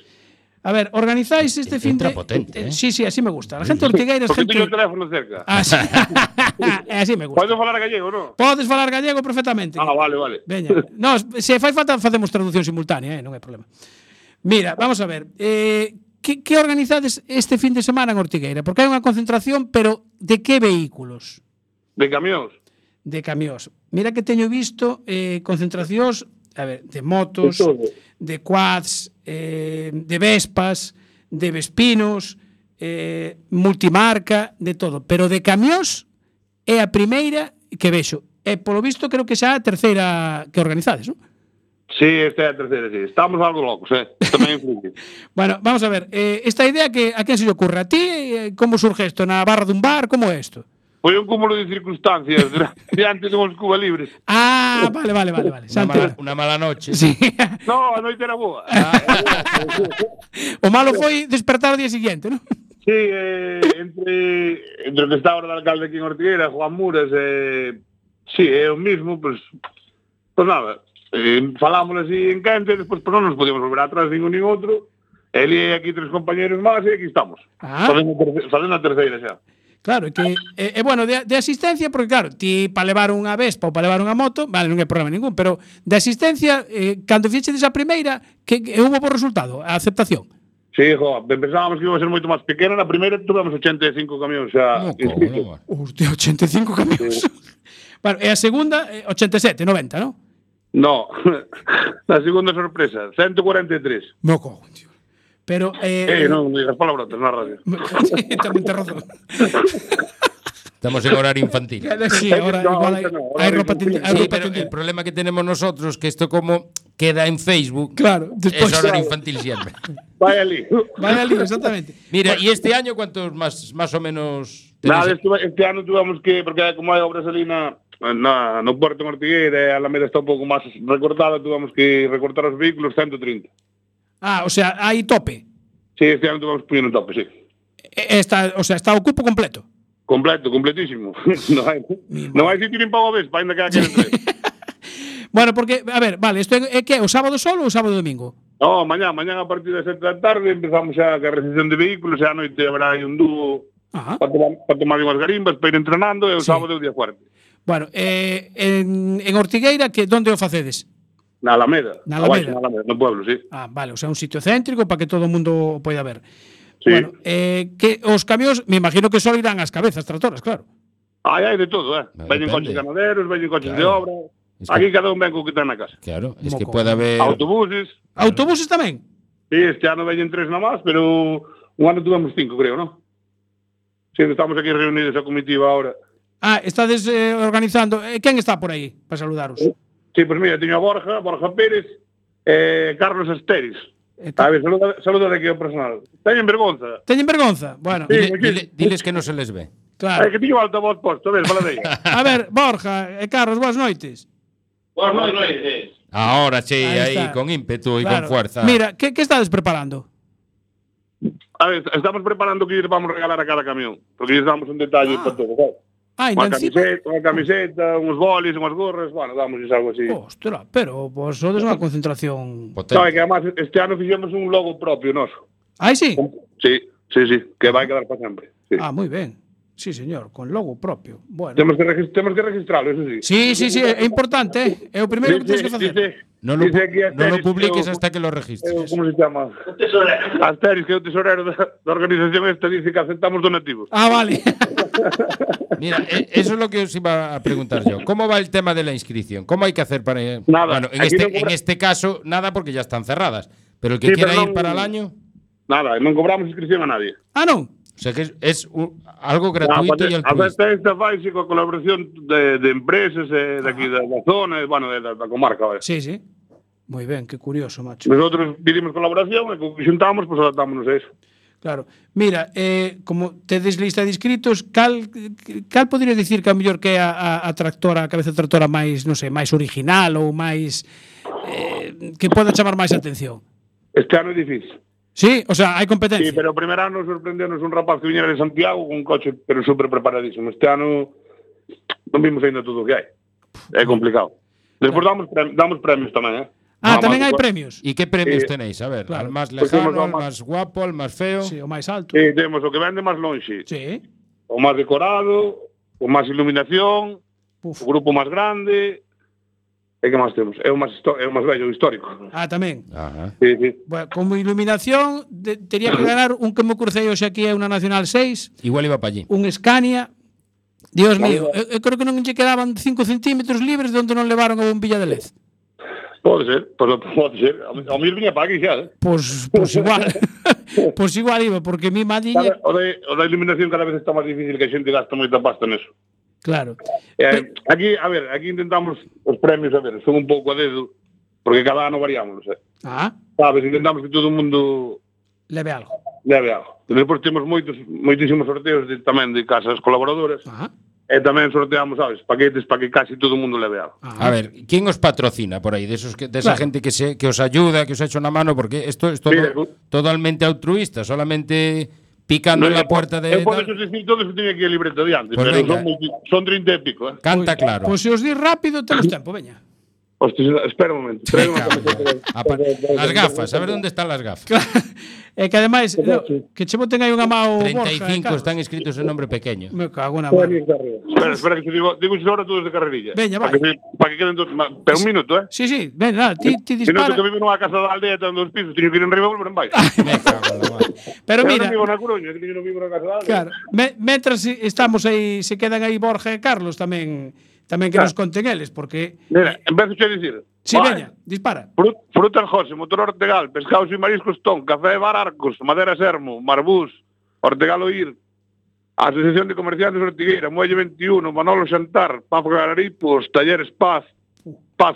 [SPEAKER 2] A ver, organizáis este fin
[SPEAKER 3] Entra
[SPEAKER 2] de.
[SPEAKER 3] potente, ¿eh?
[SPEAKER 2] Sí, sí, así me gusta. La gente de Ortigueira es
[SPEAKER 6] Porque
[SPEAKER 2] gente.
[SPEAKER 6] teño o teléfono cerca.
[SPEAKER 2] Así, así me gusta.
[SPEAKER 6] Podes falar gallego, non?
[SPEAKER 2] Podes falar gallego perfectamente.
[SPEAKER 6] Ah, vale, vale.
[SPEAKER 2] Veña. No, se fai falta facemos traducción simultánea, eh, non hai problema. Mira, vamos a ver. Eh, que, que organizades este fin de semana en Ortigueira? Porque hai unha concentración, pero de que vehículos?
[SPEAKER 6] De camións.
[SPEAKER 2] De camións. Mira que teño visto eh, concentracións, a ver, de motos,
[SPEAKER 6] De todo.
[SPEAKER 2] de quads, eh, de vespas, de vespinos, eh, multimarca, de todo. Pero de camións é a primeira que vexo. E polo visto creo que xa a terceira que organizades, non?
[SPEAKER 6] Sí, este esta é a terceira, sí. Estamos algo locos, eh? Tamén influye.
[SPEAKER 2] Bueno, vamos a ver, eh, esta idea que a quen se lle ocurre a ti, eh, como surge isto na barra dun bar, como é isto?
[SPEAKER 6] Foi un cúmulo de circunstancias diante dunhas Cuba libres.
[SPEAKER 2] Ah, vale, vale, vale, vale.
[SPEAKER 3] Una
[SPEAKER 2] Xa
[SPEAKER 3] mala,
[SPEAKER 2] entendo.
[SPEAKER 3] una mala noche.
[SPEAKER 2] Sí.
[SPEAKER 6] No, a noite era boa.
[SPEAKER 2] Ah, eh, o malo foi despertar o día siguiente, non?
[SPEAKER 6] Sí, eh, entre, entre o que está ahora de alcalde aquí en Ortigueira, Juan Muras, eh, sí, é o mismo, pues, pues nada, eh, falámoslo así en quente, despois pues, non nos podíamos volver atrás ningún nin outro, Él e aquí tres compañeros máis e aquí estamos.
[SPEAKER 2] Ah.
[SPEAKER 6] Facendo a terce- Facendo a terceira xa.
[SPEAKER 2] Claro, é que é, é bueno de, de asistencia porque claro, ti para levar unha Vespa ou para levar unha moto, vale, non é problema ningún, pero de asistencia eh, cando fixedes a primeira, que, que houbo bo resultado, a aceptación.
[SPEAKER 6] Sí, jo, pensábamos que iba a ser moito máis pequena, na primeira tivemos 85 camións xa
[SPEAKER 3] Moco,
[SPEAKER 6] inscritos.
[SPEAKER 3] broma.
[SPEAKER 2] Hostia, 85 camións. Bueno, e a segunda eh, 87, 90, non?
[SPEAKER 6] No, na segunda sorpresa, 143.
[SPEAKER 2] No cojo, tío. Pero eh,
[SPEAKER 6] Eh, non digas palabrotas na radio.
[SPEAKER 2] sí, tamén te rozo.
[SPEAKER 3] Estamos en horario infantil.
[SPEAKER 2] Sí, ahora
[SPEAKER 6] No,
[SPEAKER 2] igual hai,
[SPEAKER 6] ahorita no, ahora
[SPEAKER 2] hai
[SPEAKER 6] mismo
[SPEAKER 2] ropa
[SPEAKER 6] sí. eh,
[SPEAKER 2] tendida. hai
[SPEAKER 3] Sí,
[SPEAKER 2] ropa
[SPEAKER 3] pero el
[SPEAKER 2] tendida.
[SPEAKER 3] problema que tenemos nosotros que esto como queda en Facebook
[SPEAKER 2] Claro, despois.
[SPEAKER 3] es horario infantil siempre.
[SPEAKER 6] Vai ali.
[SPEAKER 2] Vale, ali, exactamente.
[SPEAKER 3] Mira, y este año cuántos más más o menos tenéis?
[SPEAKER 6] Nada, este, este ano tuvemos que, porque como hai obras ali na, na, no Puerto en Ortigueira e a Alameda está un pouco máis recortada, tuvemos que recortar os vehículos 130.
[SPEAKER 2] Ah, o sea, hai tope.
[SPEAKER 6] Sí, este ano tuvemos que poñer un tope, sí.
[SPEAKER 2] E- Está, o sea, está o cupo completo.
[SPEAKER 6] Completo, completísimo. non hai, non hai sitio nin para o Vespa, ainda queda que entre.
[SPEAKER 2] Bueno, porque a ver, vale, isto é, é que o sábado solo ou o sábado e domingo?
[SPEAKER 6] No, mañá, mañá a partir das 7 da tarde empezamos xa a recepción de vehículos, e a noite habrá aí un dúo
[SPEAKER 2] Ajá.
[SPEAKER 6] para tomar, para tomar unhas garimbas, para ir entrenando, e o
[SPEAKER 2] Sí.
[SPEAKER 6] sí. sábado é o día fuerte.
[SPEAKER 2] Bueno, eh, en, en Ortigueira que onde o facedes?
[SPEAKER 6] Na Alameda.
[SPEAKER 2] Na
[SPEAKER 6] abaixo,
[SPEAKER 2] Alameda.
[SPEAKER 6] na Alameda, no pueblo, sí.
[SPEAKER 2] Ah, vale, o sea, un sitio céntrico para que todo o mundo o poida ver.
[SPEAKER 6] Sí.
[SPEAKER 2] Bueno, eh, que os camións, me imagino que só irán as cabezas tractoras, claro.
[SPEAKER 6] Hai, hai de todo, eh.
[SPEAKER 3] No,
[SPEAKER 6] Veñen
[SPEAKER 3] depende.
[SPEAKER 6] coches ganaderos, veñen coches
[SPEAKER 3] Claro.
[SPEAKER 6] de obra.
[SPEAKER 3] Es que- Eh,
[SPEAKER 6] Aquí cada un ven co que ten na casa.
[SPEAKER 3] Claro, es que
[SPEAKER 2] Moco.
[SPEAKER 3] puede haber
[SPEAKER 6] Autobuses.
[SPEAKER 2] Autobuses tamén?
[SPEAKER 6] Sí, este ano veñen tres na más, pero un ano tuvemos cinco, creo, non? Sí, estamos aquí reunidos a comitiva ahora.
[SPEAKER 2] Ah, estades eh, organizando. Eh, quen está por aí para saludaros?
[SPEAKER 6] Sí, pois pues mira, teño a Borja, Borja Pérez, eh, Carlos Asteris. A ver, saluda, saluda de aquí ao personal. Teñen
[SPEAKER 2] Eh,
[SPEAKER 6] vergonza.
[SPEAKER 2] Teñen vergonza? Bueno,
[SPEAKER 6] Sí.
[SPEAKER 3] Dile- dile- diles que no se les ve.
[SPEAKER 6] É
[SPEAKER 2] claro.
[SPEAKER 6] que tiño alta voz posto, a ver, fala de ella.
[SPEAKER 2] A ver, Borja e Carlos, boas noites.
[SPEAKER 6] Boas noites. eh.
[SPEAKER 3] Ahora sí,
[SPEAKER 2] Ahí
[SPEAKER 3] ahí,
[SPEAKER 2] está.
[SPEAKER 3] con ímpetu y
[SPEAKER 2] Claro.
[SPEAKER 3] con fuerza.
[SPEAKER 2] Mira, que, que estades preparando?
[SPEAKER 6] A ver, estamos preparando o que lles vamos regalar a cada camión, porque lles damos un detalle ah. para todo, sabes?
[SPEAKER 2] Ah,
[SPEAKER 6] Unha
[SPEAKER 2] ainda encima.
[SPEAKER 6] camiseta, unha camiseta, uns bolis, unhas gorras, bueno, damos algo así. Oh.
[SPEAKER 2] Ostras, pero vos sodes unha concentración.
[SPEAKER 3] Potente.
[SPEAKER 6] Sabe que además este ano fixemos un logo propio noso.
[SPEAKER 2] Ai, sí?
[SPEAKER 6] Sí, sí, sí, que vai quedar para sempre. Sí.
[SPEAKER 2] Ah, moi ben. Sí, señor, con logo propio. Bueno.
[SPEAKER 6] Temos que, regis- temos que registralo, eso sí.
[SPEAKER 2] Sí, sí, sí, é importante, eh. é o primeiro que tens que facer.
[SPEAKER 3] Non lo,
[SPEAKER 6] dice
[SPEAKER 3] pu-
[SPEAKER 6] aquí a
[SPEAKER 3] non lo
[SPEAKER 6] Teres,
[SPEAKER 3] publiques
[SPEAKER 6] eu-
[SPEAKER 3] hasta que lo
[SPEAKER 6] eu-
[SPEAKER 3] registres.
[SPEAKER 6] como se chama? Asteris, que é o tesorero da, da organización esta, dice que aceptamos donativos.
[SPEAKER 2] Ah, vale.
[SPEAKER 3] Mira, e- eso es lo que os iba a preguntar yo. ¿Cómo va el tema de la inscripción? ¿Cómo hay que hacer para.?
[SPEAKER 6] Nada,
[SPEAKER 3] Bueno, en
[SPEAKER 6] aquí
[SPEAKER 3] este,
[SPEAKER 6] no cobra-
[SPEAKER 3] en este caso, nada porque ya están cerradas. Pero el que
[SPEAKER 6] Sí,
[SPEAKER 3] quiera
[SPEAKER 6] pero
[SPEAKER 3] ir
[SPEAKER 6] non-
[SPEAKER 3] para el año.
[SPEAKER 6] Nada, non cobramos inscripción a nadie.
[SPEAKER 2] Ah, non.
[SPEAKER 3] O sea que es, es un- algo
[SPEAKER 6] Ah,
[SPEAKER 3] gratuito
[SPEAKER 6] pois,
[SPEAKER 3] y
[SPEAKER 6] A
[SPEAKER 3] altruista.
[SPEAKER 6] festa esta faise coa colaboración de, de empresas e daqui da, da zona, e, bueno, de- da, da comarca, vale.
[SPEAKER 2] Sí, sí. Moi ben, que curioso, macho.
[SPEAKER 6] Nosotros pedimos colaboración e co que xuntamos, pois adaptámonos a eso.
[SPEAKER 2] Claro. Mira, eh, como tedes lista de inscritos, cal, cal poderías dicir que a mellor que é a, a, a tractora, a cabeza tractora máis, non sei, máis original ou máis eh, que poda chamar máis a atención?
[SPEAKER 6] Este ano é difícil.
[SPEAKER 2] Sí, o sea, hai
[SPEAKER 6] Sí,
[SPEAKER 2] competencia.
[SPEAKER 6] pero o primeiro ano sorprendernos un rapaz que viñera de Santiago con un coche pero super preparadísimo. Este ano non vimos ainda todo o que hai. É complicado. Despois damos, prem- damos premios tamén, eh?
[SPEAKER 2] Eh. ah,
[SPEAKER 6] Nada
[SPEAKER 2] tamén hai
[SPEAKER 6] máis.
[SPEAKER 2] premios.
[SPEAKER 3] ¿Y qué premios
[SPEAKER 6] Eh,
[SPEAKER 3] tenéis? A ver,
[SPEAKER 2] claro.
[SPEAKER 3] al más
[SPEAKER 6] Pues hemos
[SPEAKER 3] lejano,
[SPEAKER 6] dado
[SPEAKER 3] al
[SPEAKER 6] más-
[SPEAKER 3] más guapo, al más feo.
[SPEAKER 2] Sí, o máis alto.
[SPEAKER 6] Sí, temos o que vende máis longe,
[SPEAKER 2] Sí.
[SPEAKER 6] o máis decorado, o máis iluminación,
[SPEAKER 2] Puf.
[SPEAKER 6] o grupo máis grande, e que máis temos? É o máis, histo- é o máis bello, o histórico.
[SPEAKER 2] Ah, tamén.
[SPEAKER 3] Ajá.
[SPEAKER 6] Sí, sí.
[SPEAKER 2] Bueno, como iluminación, de, tería que ganar un que me crucei hoxe aquí é unha Nacional 6,
[SPEAKER 3] Igual iba para allí.
[SPEAKER 2] un Scania. Dios mío, eu, eu creo que non lle quedaban 5 centímetros libres de onde non levaron a bombilla de lez.
[SPEAKER 6] Pode ser, pode, pode ser. Ao ao mellor viña para aquí xa, eh?
[SPEAKER 2] Pois, pois igual. pois igual iba, porque mi madiña...
[SPEAKER 6] Cada- O, de, o da iluminación cada vez está máis difícil que a xente gasta moita pasta neso.
[SPEAKER 2] Claro.
[SPEAKER 6] Eh, aquí, a ver, aquí intentamos os premios, a ver, son un pouco a dedo, porque cada ano variamos, eh.
[SPEAKER 2] Ah,
[SPEAKER 6] sabes, intentamos que todo o mundo
[SPEAKER 2] leve algo.
[SPEAKER 6] leve algo. E Depois temos moitos, moitísimos sorteos de, tamén de casas colaboradoras,
[SPEAKER 2] Ah,
[SPEAKER 6] e tamén sorteamos, sabes, paquetes para que casi todo o mundo leve algo.
[SPEAKER 2] ah.
[SPEAKER 3] A ver, ¿quién os patrocina por ahí? De esos que- de esa
[SPEAKER 2] Claro.
[SPEAKER 3] gente que se, que os ayuda, que os ha hecho una mano, porque esto es todo-
[SPEAKER 6] Mira, tú-
[SPEAKER 3] totalmente altruista, solamente picando en
[SPEAKER 6] eh,
[SPEAKER 3] la puerta de.
[SPEAKER 6] Eu podo dicir todos que teño aquí a libreta de antes,
[SPEAKER 3] Pues
[SPEAKER 6] pero
[SPEAKER 3] venga.
[SPEAKER 6] son, moiti, son 30 e pico,
[SPEAKER 2] Pues,
[SPEAKER 6] eh.
[SPEAKER 3] Canta claro.
[SPEAKER 2] Pois se os di rápido, temos tempo, veña.
[SPEAKER 6] Hostia, espera un momento. Traigo unha camiseta de-
[SPEAKER 3] Apa-
[SPEAKER 6] pues,
[SPEAKER 3] las gafas, a ver dónde están las gafas.
[SPEAKER 2] e que ademais, no, que che boten aí unha mao Borja, eh,
[SPEAKER 3] 35
[SPEAKER 2] Carlos.
[SPEAKER 3] están escritos en nombre pequeño.
[SPEAKER 2] Me cago na
[SPEAKER 6] Espera,
[SPEAKER 2] mano.
[SPEAKER 6] espera, espera, que te digo, digo isto ahora todos de carrerilla.
[SPEAKER 2] Veña,
[SPEAKER 6] Para
[SPEAKER 2] vai.
[SPEAKER 6] que, para que queden dos, ma- pero un minuto, eh.
[SPEAKER 2] Sí, sí, ven, nada, ti, ti
[SPEAKER 6] Si no,
[SPEAKER 2] dispara.
[SPEAKER 6] que vivo nunha casa da aldea, ten dos pisos, teño que ir en riba e volver en baixo.
[SPEAKER 3] Me cago en la madre.
[SPEAKER 2] Pero
[SPEAKER 6] Eu
[SPEAKER 2] mira,
[SPEAKER 6] non vivo na Coruña, que non vivo na casa da aldea.
[SPEAKER 2] claro, me, mentras estamos aí, se quedan aí Borja e Carlos tamén tamén que
[SPEAKER 6] Claro.
[SPEAKER 2] nos conten eles, porque
[SPEAKER 6] Mira, empezo a dicir.
[SPEAKER 2] si
[SPEAKER 6] Vale.
[SPEAKER 2] veña, dispara.
[SPEAKER 6] Frut, fruta José, motor Ortegal, pescados y mariscos Ton, café de bar Arcos, madera Sermo, Marbús, Ortegal Oír, Asociación de Comerciantes Ortigueira, Muelle 21, Manolo Xantar, Pafo Gararipos, Talleres Paz, Paz,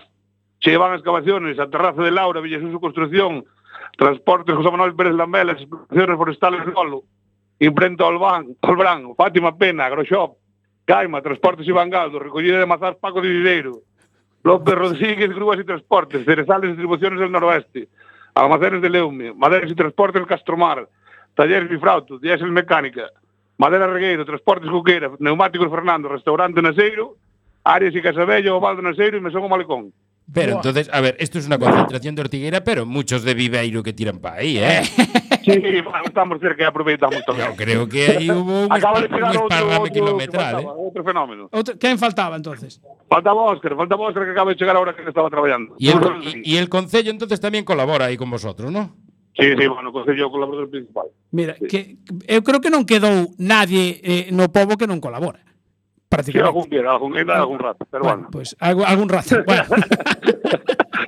[SPEAKER 6] Chevan Excavaciones, a Terraza de Laura, Villasuso Construcción, Transportes José Manuel Pérez Lambelas, Exploraciones Forestales Lolo, Imprenta Olbán, Olbrán, Fátima Pena, Groshop, Caima, Transportes Iván Galdo, Recollida de Mazás Paco de Viveiro, López Rodríguez, Grúas y Transportes, Cerezales Distribuciones del Noroeste, Almacenes de Leume, Maderas y Transportes Castromar, Talleres Bifrauto, Diesel Mecánica, Madera Regueiro, Transportes Cuquera, Neumáticos Fernando, Restaurante Naseiro, Arias y Casabello, Ovaldo Naseiro y Mesón o Malecón.
[SPEAKER 3] Pero entonces, a ver, esto es una concentración de ortiguera, pero muchos de Viveiro que tiran para ahí, ¿eh?
[SPEAKER 6] Sí, bueno, estamos cerca y aproveitamos
[SPEAKER 3] Yo
[SPEAKER 6] también.
[SPEAKER 3] creo que ahí hubo un,
[SPEAKER 6] Acaba de
[SPEAKER 3] espar- un
[SPEAKER 6] llegar otro,
[SPEAKER 3] esparrame
[SPEAKER 6] otro, que
[SPEAKER 3] kilometral, ¿eh?
[SPEAKER 6] faltaba, otro fenómeno.
[SPEAKER 2] Outro, quen faltaba entonces?
[SPEAKER 6] Faltaba Óscar, faltaba Óscar que acaba de llegar ahora que estaba trabajando.
[SPEAKER 3] Y el, y- y el concello entonces también colabora ahí con vosotros, ¿no?
[SPEAKER 6] Sí, sí, bueno, conseguiu colaborador principal.
[SPEAKER 2] Mira, que eu creo que non quedou nadie eh, no pobo que non colabora.
[SPEAKER 6] Sí,
[SPEAKER 2] Prácticamente.
[SPEAKER 6] algún día, algún, ainda algún rato, pero bueno.
[SPEAKER 2] bueno, pois algún, algún rato. Bueno.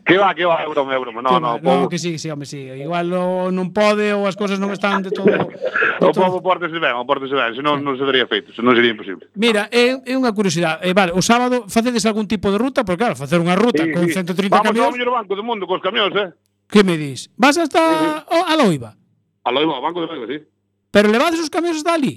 [SPEAKER 6] que va, que va, é broma, é broma. No, no, o
[SPEAKER 2] no,
[SPEAKER 6] povo,
[SPEAKER 2] que sí, sí, home, sí. Igual o non pode ou as cousas non están de todo. de todo-
[SPEAKER 6] o povo pórtese ben, o pórtese ben, senón non se daría feito, senón sería imposible.
[SPEAKER 2] Mira, é, é unha curiosidade. Eh, vale, o sábado facedes algún tipo de ruta, porque claro, facer unha ruta con 130
[SPEAKER 6] Vamos ao
[SPEAKER 2] camións,
[SPEAKER 6] mellor banco do mundo cos camións, eh?
[SPEAKER 2] que me dis? Vas hasta o, a Loiva,
[SPEAKER 6] A lo ao banco do banco, sí.
[SPEAKER 2] pero levades os camións hasta ali.